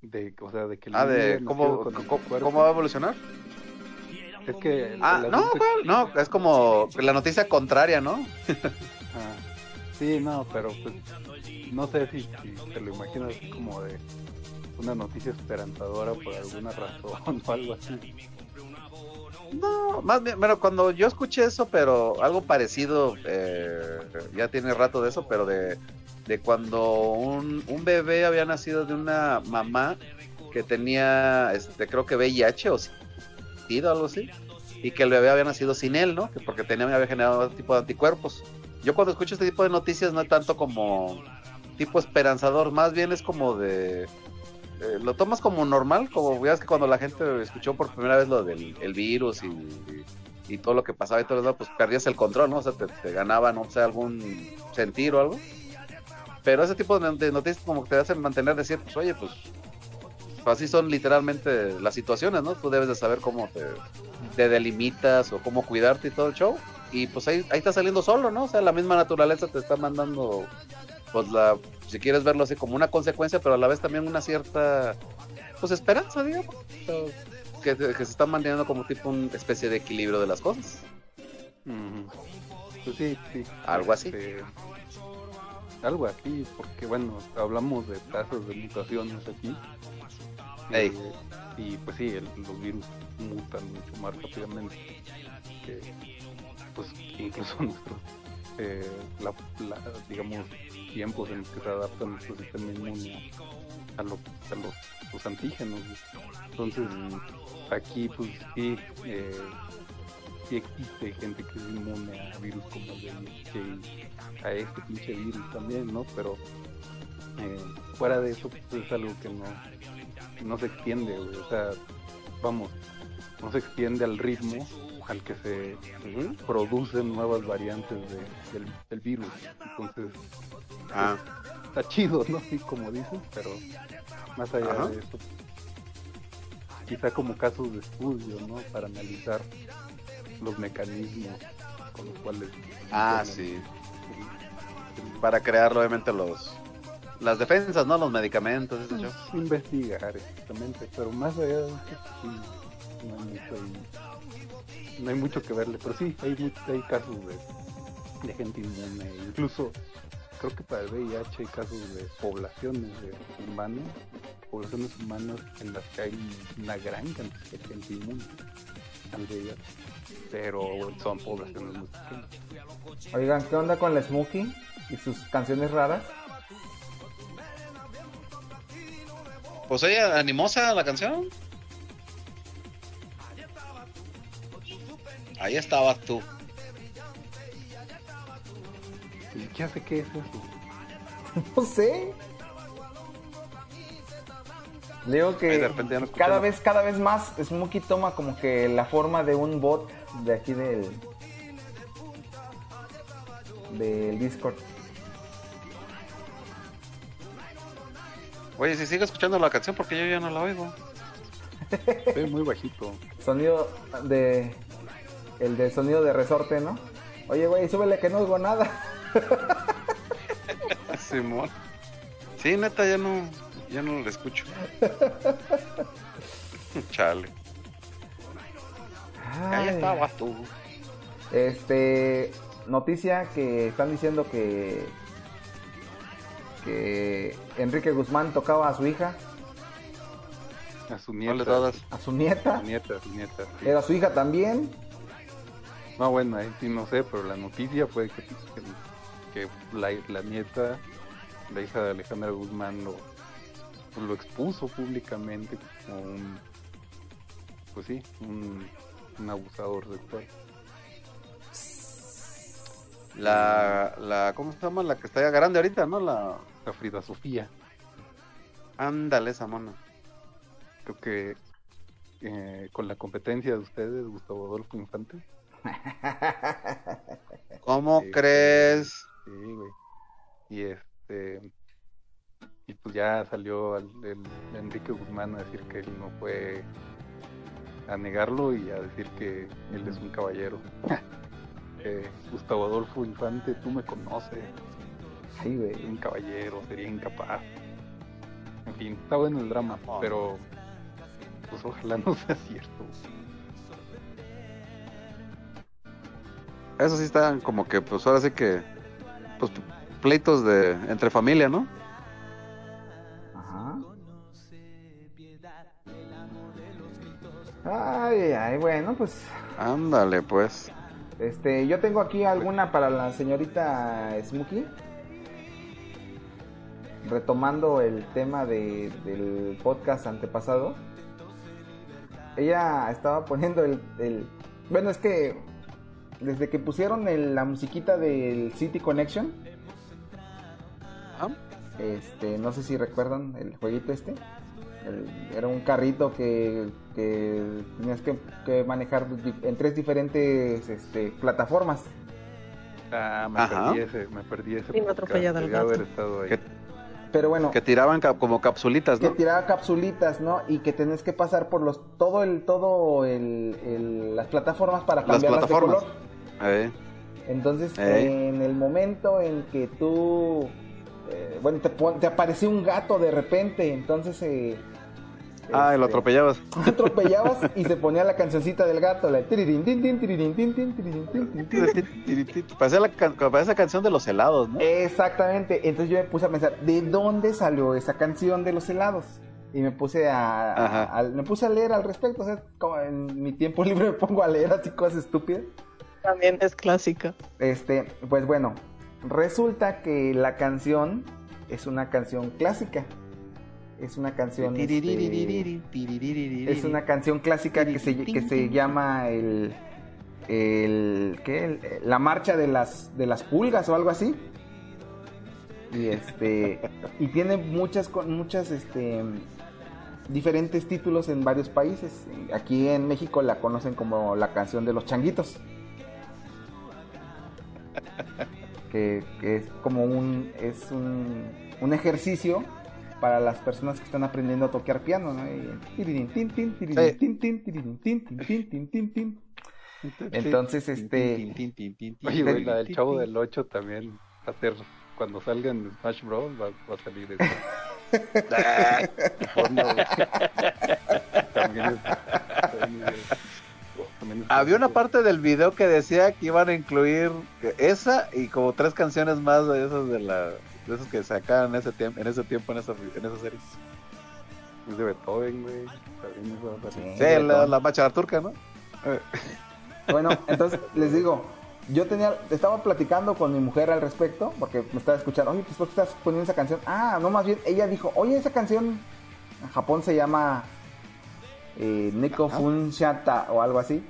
[SPEAKER 3] De, o sea, de que el
[SPEAKER 4] Ah,
[SPEAKER 3] niño
[SPEAKER 4] de
[SPEAKER 3] haya nacido
[SPEAKER 4] cómo,
[SPEAKER 3] con
[SPEAKER 4] cómo,
[SPEAKER 3] anticuerpos.
[SPEAKER 4] cómo va a evolucionar.
[SPEAKER 3] Es que el-
[SPEAKER 4] Ah,
[SPEAKER 3] el
[SPEAKER 4] no,
[SPEAKER 3] asunto-
[SPEAKER 4] ¿cuál? no, es como la noticia contraria, ¿no?
[SPEAKER 3] ah, sí, no, pero pues no sé si, si te lo imaginas así como de una noticia esperanzadora por alguna razón o algo así.
[SPEAKER 4] No, más bien, bueno, cuando yo escuché eso, pero algo parecido, eh, ya tiene rato de eso, pero de, de cuando un, un bebé había nacido de una mamá que tenía, este, creo que VIH o SIDA o algo así, y que el bebé había nacido sin él, ¿no? Que porque tenía, había generado otro tipo de anticuerpos. Yo cuando escucho este tipo de noticias no es tanto como tipo esperanzador, más bien es como de... eh, lo tomas como normal, como ya es que cuando la gente escuchó por primera vez lo del el virus y, y todo lo que pasaba y todo eso, pues perdías el control, ¿no? O sea, te, te ganaba, no sé, algún sentir o algo. Pero ese tipo de de noticias como que te hacen mantener de decir, pues oye, pues, pues así son literalmente las situaciones, ¿no? Tú debes de saber cómo te, te delimitas o cómo cuidarte y todo el show. Y pues ahí, ahí está saliendo solo, ¿no? O sea, la misma naturaleza te está mandando, pues la, si quieres verlo así como una consecuencia, pero a la vez también una cierta, pues esperanza, digamos. O sea, que, que se está manteniendo como tipo una especie de equilibrio de las cosas.
[SPEAKER 3] Ujú. Pues sí, sí.
[SPEAKER 4] Algo así.
[SPEAKER 3] Este, algo así, porque bueno, hablamos de tasas de mutaciones aquí.
[SPEAKER 4] Ey.
[SPEAKER 3] Eh, y pues sí, el- los virus mutan mucho más rápidamente que pues incluso nuestros eh, la, la- digamos tiempos en los que se adapta nuestro sistema inmune a, lo- a los, los antígenos. Entonces, aquí pues sí, eh, sí existe gente que es inmune a virus como el del VIH, a este pinche virus también, ¿no? Pero eh, fuera de eso pues, es algo que no, no se extiende, güey. O sea, vamos, no se extiende al ritmo al que se producen nuevas variantes de- del, del virus. Entonces,
[SPEAKER 4] Ah.
[SPEAKER 3] está chido, ¿no? Sí, como dices, pero más allá
[SPEAKER 4] Ajá.
[SPEAKER 3] de eso, quizá como casos de estudio, ¿no? Para analizar los mecanismos con los cuales.
[SPEAKER 4] Ah, sí. Para crear obviamente los las defensas, ¿no? Los medicamentos, ese show.
[SPEAKER 3] Pues, investigar exactamente, pero más allá de eso, sí, no hay mucho, ahí- no hay mucho que verle, pero sí, hay, mu- hay casos de, de gente inmune, incluso creo que para el VIH hay casos de poblaciones de humanos, poblaciones humanas en las que hay una gran cantidad de gente inmune al VIH, pero son poblaciones muy pequeñas.
[SPEAKER 6] Oigan, ¿qué onda con la Smokey y sus canciones raras?
[SPEAKER 4] Pues ella animosa la canción. Ahí estabas tú.
[SPEAKER 3] ¿Y qué hace qué es eso?
[SPEAKER 6] No sé. Le digo
[SPEAKER 4] Ay, de
[SPEAKER 6] que
[SPEAKER 4] repente ya no
[SPEAKER 6] cada
[SPEAKER 4] escuchamos.
[SPEAKER 6] vez, cada vez más Smokey toma como que la forma de un bot de aquí del del Discord.
[SPEAKER 4] Oye, si sigue escuchando la canción porque yo ya no la oigo.
[SPEAKER 3] Ve muy bajito.
[SPEAKER 6] Sonido de el de sonido de resorte, ¿no? Oye, güey, súbele que no oigo nada.
[SPEAKER 4] Simón. Sí, neta, ya no, ya no la escucho. Chale. Ahí
[SPEAKER 6] Ay.
[SPEAKER 4] estabas tú.
[SPEAKER 6] Este, noticia que están diciendo que que Enrique Guzmán tocaba a su hija,
[SPEAKER 3] A su
[SPEAKER 4] No le
[SPEAKER 3] nieta.
[SPEAKER 4] dabas.
[SPEAKER 6] a su
[SPEAKER 3] A
[SPEAKER 6] nieta,
[SPEAKER 3] su nieta, a su nieta. sí.
[SPEAKER 6] era su hija también.
[SPEAKER 3] No, bueno, ahí sí no sé, pero la noticia fue que, que- que la, la nieta, la hija de Alejandra Guzmán, lo, pues, lo expuso públicamente como un, pues sí, un, un abusador sexual.
[SPEAKER 4] La, la, ¿cómo se llama? La que está ya grande ahorita, ¿no? La,
[SPEAKER 3] La Frida Sofía,
[SPEAKER 4] ándale esa mona.
[SPEAKER 3] creo que eh, con la competencia de ustedes, Gustavo Adolfo Infante.
[SPEAKER 4] ¿Cómo
[SPEAKER 3] Sí,
[SPEAKER 4] crees?
[SPEAKER 3] Sí, güey. Y este. Y pues ya salió al- el, Enrique Guzmán a decir que él no fue a negarlo y a decir que él es un caballero. Eh, Gustavo Adolfo Infante, tú me conoces,
[SPEAKER 6] Ay,
[SPEAKER 3] soy
[SPEAKER 6] güey.
[SPEAKER 3] un caballero, sería incapaz. En fin, está bueno el drama, pero pues ojalá no sea cierto.
[SPEAKER 4] Eso sí están como que, pues ahora sí que, pues pleitos de entre familia, ¿no?
[SPEAKER 6] Ajá. Ay, ay, bueno, pues
[SPEAKER 4] Ándale, pues.
[SPEAKER 6] este, yo tengo aquí alguna para la señorita Smokey. Retomando el tema de- del podcast antepasado. Ella estaba poniendo el, el- Bueno, es que desde que pusieron el- la musiquita del City Connection,
[SPEAKER 4] Ah,
[SPEAKER 6] este, no sé si recuerdan el jueguito este. El- era un carrito que, que tenías que, que manejar di- en tres diferentes este, plataformas.
[SPEAKER 3] Ah, me
[SPEAKER 4] Ajá.
[SPEAKER 3] perdí ese, Ah, me perdí ese.
[SPEAKER 7] Sí, me ha
[SPEAKER 3] podcast,
[SPEAKER 7] atropellado el
[SPEAKER 3] debía haber
[SPEAKER 7] gato.
[SPEAKER 3] estado ahí.
[SPEAKER 4] ¿Qué-
[SPEAKER 6] Pero bueno,
[SPEAKER 4] Que tiraban cap- como capsulitas,
[SPEAKER 6] que
[SPEAKER 4] ¿no?
[SPEAKER 6] tiraba capsulitas, ¿no? Y que tenés que pasar por los todo el todo el, el- las plataformas para
[SPEAKER 4] Las
[SPEAKER 6] cambiarlas de
[SPEAKER 4] plataformas.
[SPEAKER 6] color.
[SPEAKER 4] Eh,
[SPEAKER 6] Entonces,
[SPEAKER 4] Ey.
[SPEAKER 6] en el momento en que tú, eh, bueno, te, pon- te apareció un gato de repente, entonces eh,
[SPEAKER 4] Ah, lo
[SPEAKER 6] este,
[SPEAKER 4] atropellabas.
[SPEAKER 6] atropellabas y se ponía la cancioncita del gato, la de tiririn, tin, tin, tiririn, tin, tin, tiririn, tin, tin, tin.
[SPEAKER 4] Parecía la can- parecía esa canción de los helados, ¿no?
[SPEAKER 6] Exactamente, entonces yo me puse a pensar, ¿de dónde salió esa canción de los helados? Y me puse a, a-
[SPEAKER 4] Ajá.
[SPEAKER 6] a- me puse a leer al respecto, o sea, como en mi tiempo libre me pongo a leer así cosas estúpidas.
[SPEAKER 7] También es clásica.
[SPEAKER 6] Este, pues bueno, resulta que la canción es una canción clásica. Es una canción. este, es una canción clásica que se, que se llama el. el ¿Qué? El- la marcha de las, de las pulgas o algo así. Y este. y tiene muchas, co- muchas, este. Diferentes títulos en varios países. Aquí en México la conocen como la canción de los changuitos que, que es como un es un, un ejercicio para las personas que están aprendiendo a tocar piano, ¿no? Y- tiririn, tin, tin, tiririn,
[SPEAKER 4] Sí.
[SPEAKER 6] tin, tin, tiririn, tin, tin, tin, tin, tin, tin. Entonces, este,
[SPEAKER 3] Oye, güey, la del Chavo del 8 también va a ser, cuando salga en Smash Bros. va, va a salir esa. Fondo, güey. también es- también es- también es-
[SPEAKER 4] Había una parte del video que decía que iban a incluir que- esa y como tres canciones más de esas de la de esas que sacaban en ese tiempo en ese tiempo en esa en esa serie.
[SPEAKER 3] Es de Beethoven, güey. También es va a salir.
[SPEAKER 6] Sí.
[SPEAKER 4] Sí, la, la macha turca, ¿no?
[SPEAKER 6] bueno, entonces les digo, yo tenía estaba platicando con mi mujer al respecto porque me estaba escuchando, "Oye, pues ¿por qué estás poniendo esa canción?" Ah, no, más bien ella dijo, "Oye, esa canción en Japón se llama eh, Neko Fun Shata o algo así."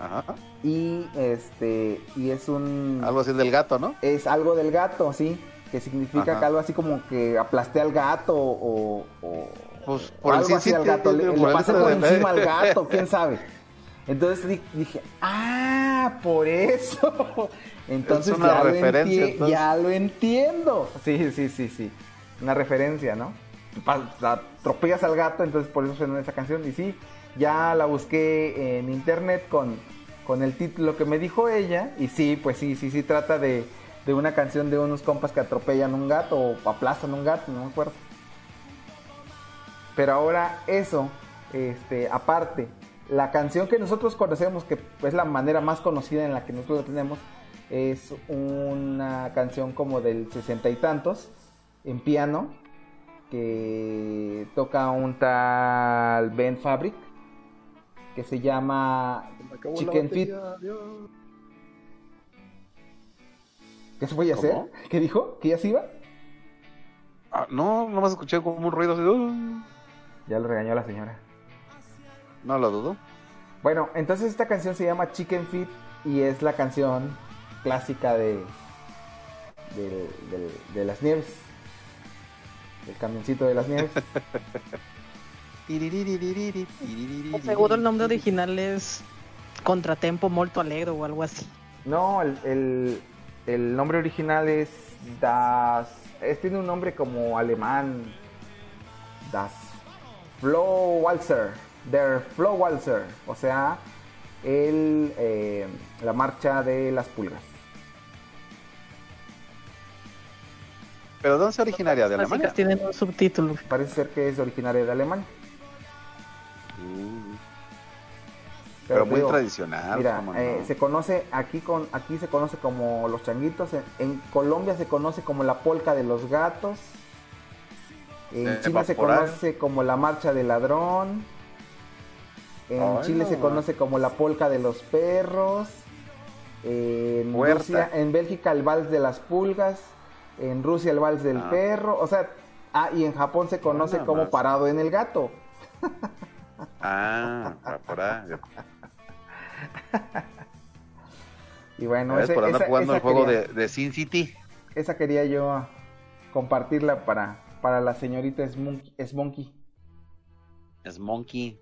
[SPEAKER 4] Ajá.
[SPEAKER 6] Y este y es un
[SPEAKER 4] Algo así del gato, ¿no?
[SPEAKER 6] es algo del gato, sí, que significa
[SPEAKER 4] Ajá.
[SPEAKER 6] que algo así como que aplasté al gato o, o-
[SPEAKER 4] Pues
[SPEAKER 6] o
[SPEAKER 4] por el
[SPEAKER 6] algo así
[SPEAKER 4] sí,
[SPEAKER 6] al
[SPEAKER 4] sí,
[SPEAKER 6] gato,
[SPEAKER 4] sí,
[SPEAKER 6] le,
[SPEAKER 4] por
[SPEAKER 6] le
[SPEAKER 4] el
[SPEAKER 6] pasé
[SPEAKER 4] gato
[SPEAKER 6] por
[SPEAKER 4] de-
[SPEAKER 6] encima al gato, quién sabe. Entonces di- dije, ah, por eso. Entonces
[SPEAKER 4] Es una
[SPEAKER 6] ya, lo
[SPEAKER 4] referencia,
[SPEAKER 6] entie-
[SPEAKER 4] entonces.
[SPEAKER 6] ya lo entiendo. Sí, sí, sí, sí. Una referencia, ¿no? Pa- Atropellas al gato, entonces por eso suena esa canción. Y sí, ya la busqué en internet con, con el título que me dijo ella. Y sí, pues sí, sí, sí, trata de, de una canción de unos compas que atropellan un gato o aplastan un gato, no me acuerdo. Pero ahora eso, este, aparte, la canción que nosotros conocemos, que es la manera más conocida en la que nosotros la tenemos, es una canción como del sesenta y tantos, en piano, que toca un tal Ben Fabric, que se llama Chicken Fit. ¿Qué se voy a hacer?
[SPEAKER 4] ¿Cómo?
[SPEAKER 6] ¿Qué dijo? ¿Que ya se iba?
[SPEAKER 4] Ah, no, nomás escuché como un ruido así. "Uh".
[SPEAKER 6] Ya lo regañó la señora.
[SPEAKER 4] No lo dudo.
[SPEAKER 6] Bueno, entonces esta canción se llama Chicken Feet y es la canción clásica de de, de- de las nieves. El camioncito de las nieves.
[SPEAKER 7] Seguro el nombre original es Contratempo Molto Alegre o algo así.
[SPEAKER 6] No, el, el- el nombre original es Das. Es, tiene un nombre como alemán. Das Flowwalzer. Der Flowwalzer. O sea, el, eh, la marcha de las pulgas.
[SPEAKER 4] Pero ¿dónde es originaria de
[SPEAKER 7] Así que
[SPEAKER 4] Alemania?
[SPEAKER 7] tienen un subtítulo.
[SPEAKER 6] Parece ser que es originaria de Alemania.
[SPEAKER 4] Mm,
[SPEAKER 6] Pero
[SPEAKER 4] Pero
[SPEAKER 6] te
[SPEAKER 4] muy
[SPEAKER 6] digo,
[SPEAKER 4] tradicional.
[SPEAKER 6] Mira,
[SPEAKER 4] ¿cómo
[SPEAKER 6] eh,
[SPEAKER 4] no?
[SPEAKER 6] se conoce aquí con aquí se conoce como los changuitos, en, en Colombia se conoce como la polca de los gatos, en
[SPEAKER 4] Eh,
[SPEAKER 6] China se
[SPEAKER 4] vaporar.
[SPEAKER 6] conoce como la marcha del ladrón, en
[SPEAKER 4] Ay,
[SPEAKER 6] Chile
[SPEAKER 4] no
[SPEAKER 6] se
[SPEAKER 4] más.
[SPEAKER 6] conoce como la polca de los perros, en
[SPEAKER 4] Puerta.
[SPEAKER 6] Rusia- en Bélgica el vals de las pulgas, en Rusia el vals del
[SPEAKER 4] Ah.
[SPEAKER 6] perro, o sea, ah, y en Japón se conoce
[SPEAKER 4] nada
[SPEAKER 6] como
[SPEAKER 4] más.
[SPEAKER 6] parado en el gato.
[SPEAKER 4] Ah, va por ahí.
[SPEAKER 6] Y bueno,
[SPEAKER 4] ¿Ves?
[SPEAKER 6] ese-
[SPEAKER 4] por andar
[SPEAKER 6] esa-
[SPEAKER 4] jugando
[SPEAKER 6] esa
[SPEAKER 4] el juego
[SPEAKER 6] quería-
[SPEAKER 4] de, de Sin City.
[SPEAKER 6] Esa quería yo compartirla para, para la señorita Smonkey. Smonkey.
[SPEAKER 4] Es Monkey.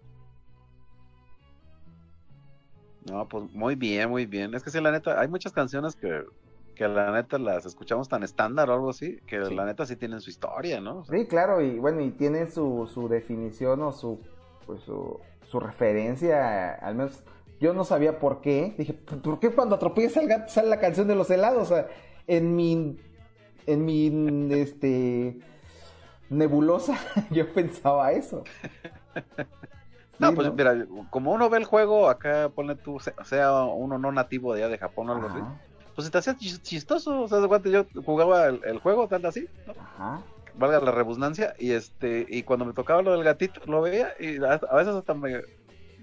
[SPEAKER 4] No, pues muy bien, muy bien. Es que sí, la neta, hay muchas canciones que, que
[SPEAKER 5] que la neta las escuchamos tan estándar o algo así, que la neta sí tienen su historia, ¿no? O sea,
[SPEAKER 6] Sí, claro, y bueno, y tiene su, su definición o su, pues, su, su referencia, al menos yo no sabía por qué. Dije, "Pues, ¿por qué cuando atropellas al gato sale la canción de los helados? O sea, en mi, en mi, este, nebulosa, yo pensaba eso.
[SPEAKER 5] no,
[SPEAKER 6] Sí,
[SPEAKER 5] pues
[SPEAKER 6] ¿no?
[SPEAKER 5] mira, como uno ve el juego acá, ponle tú, se- sea uno no nativo de allá de Japón o algo así,
[SPEAKER 6] Ajá,
[SPEAKER 5] pues se te hacía chis- chistoso, o sea, de cuenta, yo jugaba el, el juego tal así, ¿no?
[SPEAKER 6] ajá.
[SPEAKER 5] valga la rebusnancia, y este, y cuando me tocaba lo del gatito, lo veía, y a, a veces hasta me,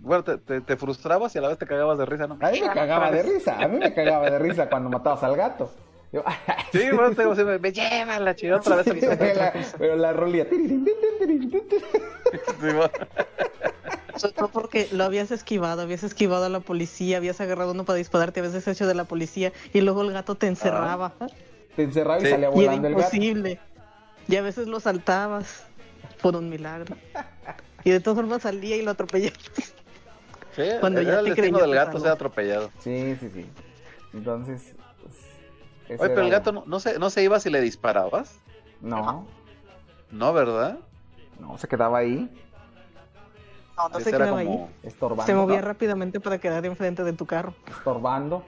[SPEAKER 5] bueno, te, te- te frustrabas y a la vez te cagabas de risa, ¿no?
[SPEAKER 6] A mí me cagaba de risa, a mí me cagaba de risa cuando matabas al gato. Yo,
[SPEAKER 5] Sí, bueno, te digo, sí, me, me lleva la chida otra vez a mi
[SPEAKER 6] la- pero la rolía.
[SPEAKER 5] Sí, bueno.
[SPEAKER 7] Sobre todo porque lo habías esquivado, habías esquivado a la policía, habías agarrado uno para dispararte, habías deshecho de la policía y luego el gato te encerraba.
[SPEAKER 6] Te encerraba y
[SPEAKER 5] Sí.
[SPEAKER 6] salía
[SPEAKER 7] Y era
[SPEAKER 6] volando el gato.
[SPEAKER 7] imposible. Y a veces lo saltabas por un milagro. Y de todas formas salía y lo atropellaba.
[SPEAKER 5] Sí,
[SPEAKER 7] Cuando
[SPEAKER 5] era
[SPEAKER 7] ya
[SPEAKER 5] el
[SPEAKER 7] te
[SPEAKER 5] destino
[SPEAKER 7] creías
[SPEAKER 5] del
[SPEAKER 7] que
[SPEAKER 5] gato
[SPEAKER 7] salvó.
[SPEAKER 5] ser atropellado.
[SPEAKER 6] Sí, sí, sí. Entonces. pues, ese
[SPEAKER 5] Oye, pero el
[SPEAKER 6] era-
[SPEAKER 5] gato no, no se, no se iba si le disparabas,
[SPEAKER 6] No,
[SPEAKER 5] ¿no, verdad?
[SPEAKER 6] no, se quedaba ahí,
[SPEAKER 7] No, no
[SPEAKER 5] Ese
[SPEAKER 7] se
[SPEAKER 5] era
[SPEAKER 7] quedaba ahí.
[SPEAKER 5] como-
[SPEAKER 6] estorbando.
[SPEAKER 7] Se movía rápidamente para quedar enfrente de tu carro.
[SPEAKER 6] Estorbando.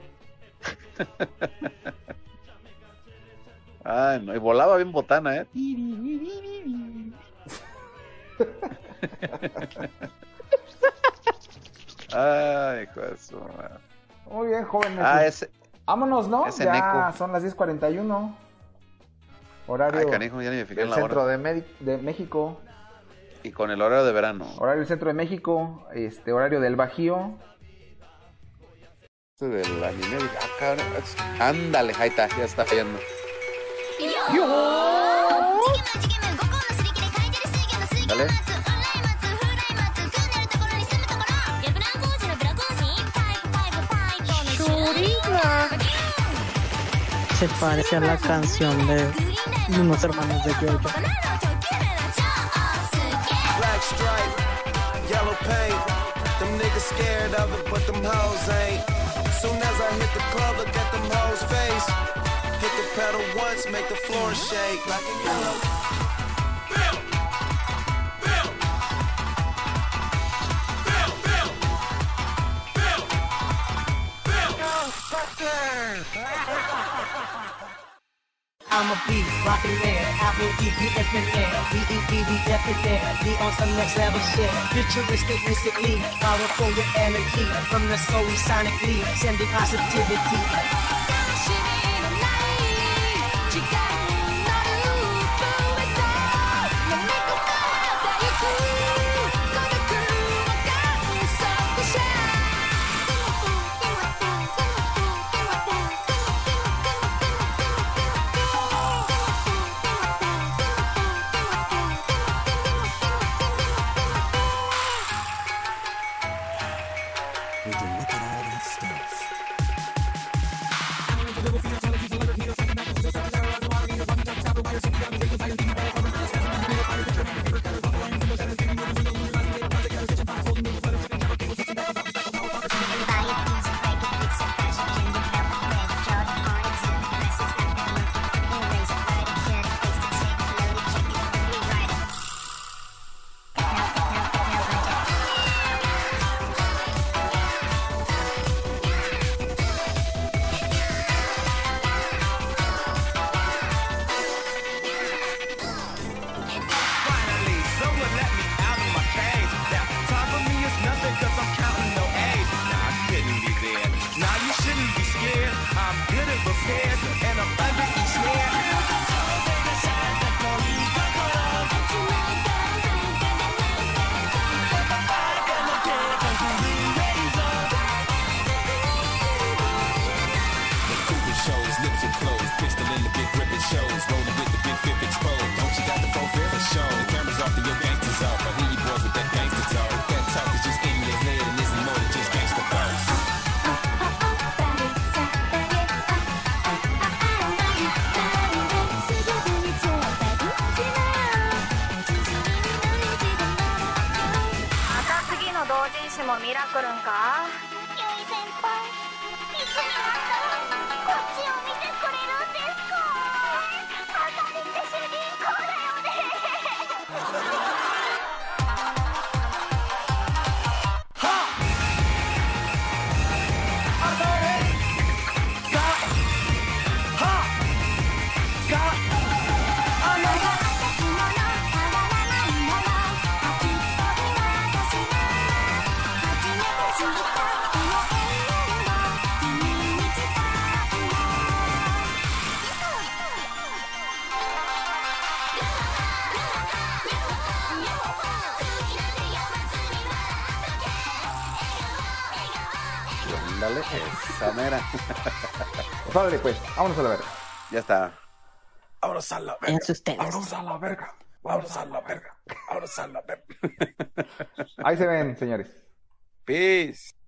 [SPEAKER 5] Ay, ah, no, y volaba bien botana, ¿eh? Ay, hijo de su madre.
[SPEAKER 6] Muy bien, jóvenes.
[SPEAKER 5] Ah,
[SPEAKER 6] pues,
[SPEAKER 5] ese,
[SPEAKER 6] Vámonos, ¿no?
[SPEAKER 5] ese
[SPEAKER 6] ya
[SPEAKER 5] Neko.
[SPEAKER 6] son las 10.41.
[SPEAKER 5] ay,
[SPEAKER 6] Horario
[SPEAKER 5] canijo, ya ni me fijé en
[SPEAKER 6] del
[SPEAKER 5] la
[SPEAKER 6] centro
[SPEAKER 5] hora.
[SPEAKER 6] de, Medi- de México.
[SPEAKER 5] Y con el horario de verano.
[SPEAKER 6] Horario del centro de México. Este, horario del Bajío.
[SPEAKER 5] Este del anime, dije, ah, cabrón, ándale, ahí está, ya está fallando. Dale.
[SPEAKER 7] Se parece a la canción de unos hermanos de Georgia.
[SPEAKER 1] Black stripe, yellow paint. Them niggas scared of it, but them hoes ain't. Soon as I hit the club, look at them hoes' face. Hit the pedal once, make the floor shake. Black and yellow.
[SPEAKER 10] I'm a beast, rockin' man, Apple EPF and air, B-E-B-B-F and air, be on some next level shit, futuristic mystically, powerful with energy, from the soul sonically, sending positivity.
[SPEAKER 1] Finally, someone let me out of my cage. Now, time for me is nothing cause I'm counting no A's. Nah, I couldn't be there. Nah, you shouldn't be scared. I'm good at repairs and I'm under the snare. Cooper shows, lips are closed, pistol in the big grip it shows, rolling with the big fifth exposed. Don't you got the full fair for show? The cameras off and your gangsters off. I hear you boys with that gangster talk. That talk is just in your head and isn't more than just gangster thoughts.
[SPEAKER 5] Ándale, esa mera.
[SPEAKER 3] Órale, pues, vámonos a la verga.
[SPEAKER 5] Ya está.
[SPEAKER 7] Vámonos a la verga. Vámonos a la verga. Vámonos a la verga. Vámonos a la verga.
[SPEAKER 3] Ahí se ven, señores.
[SPEAKER 5] Peace.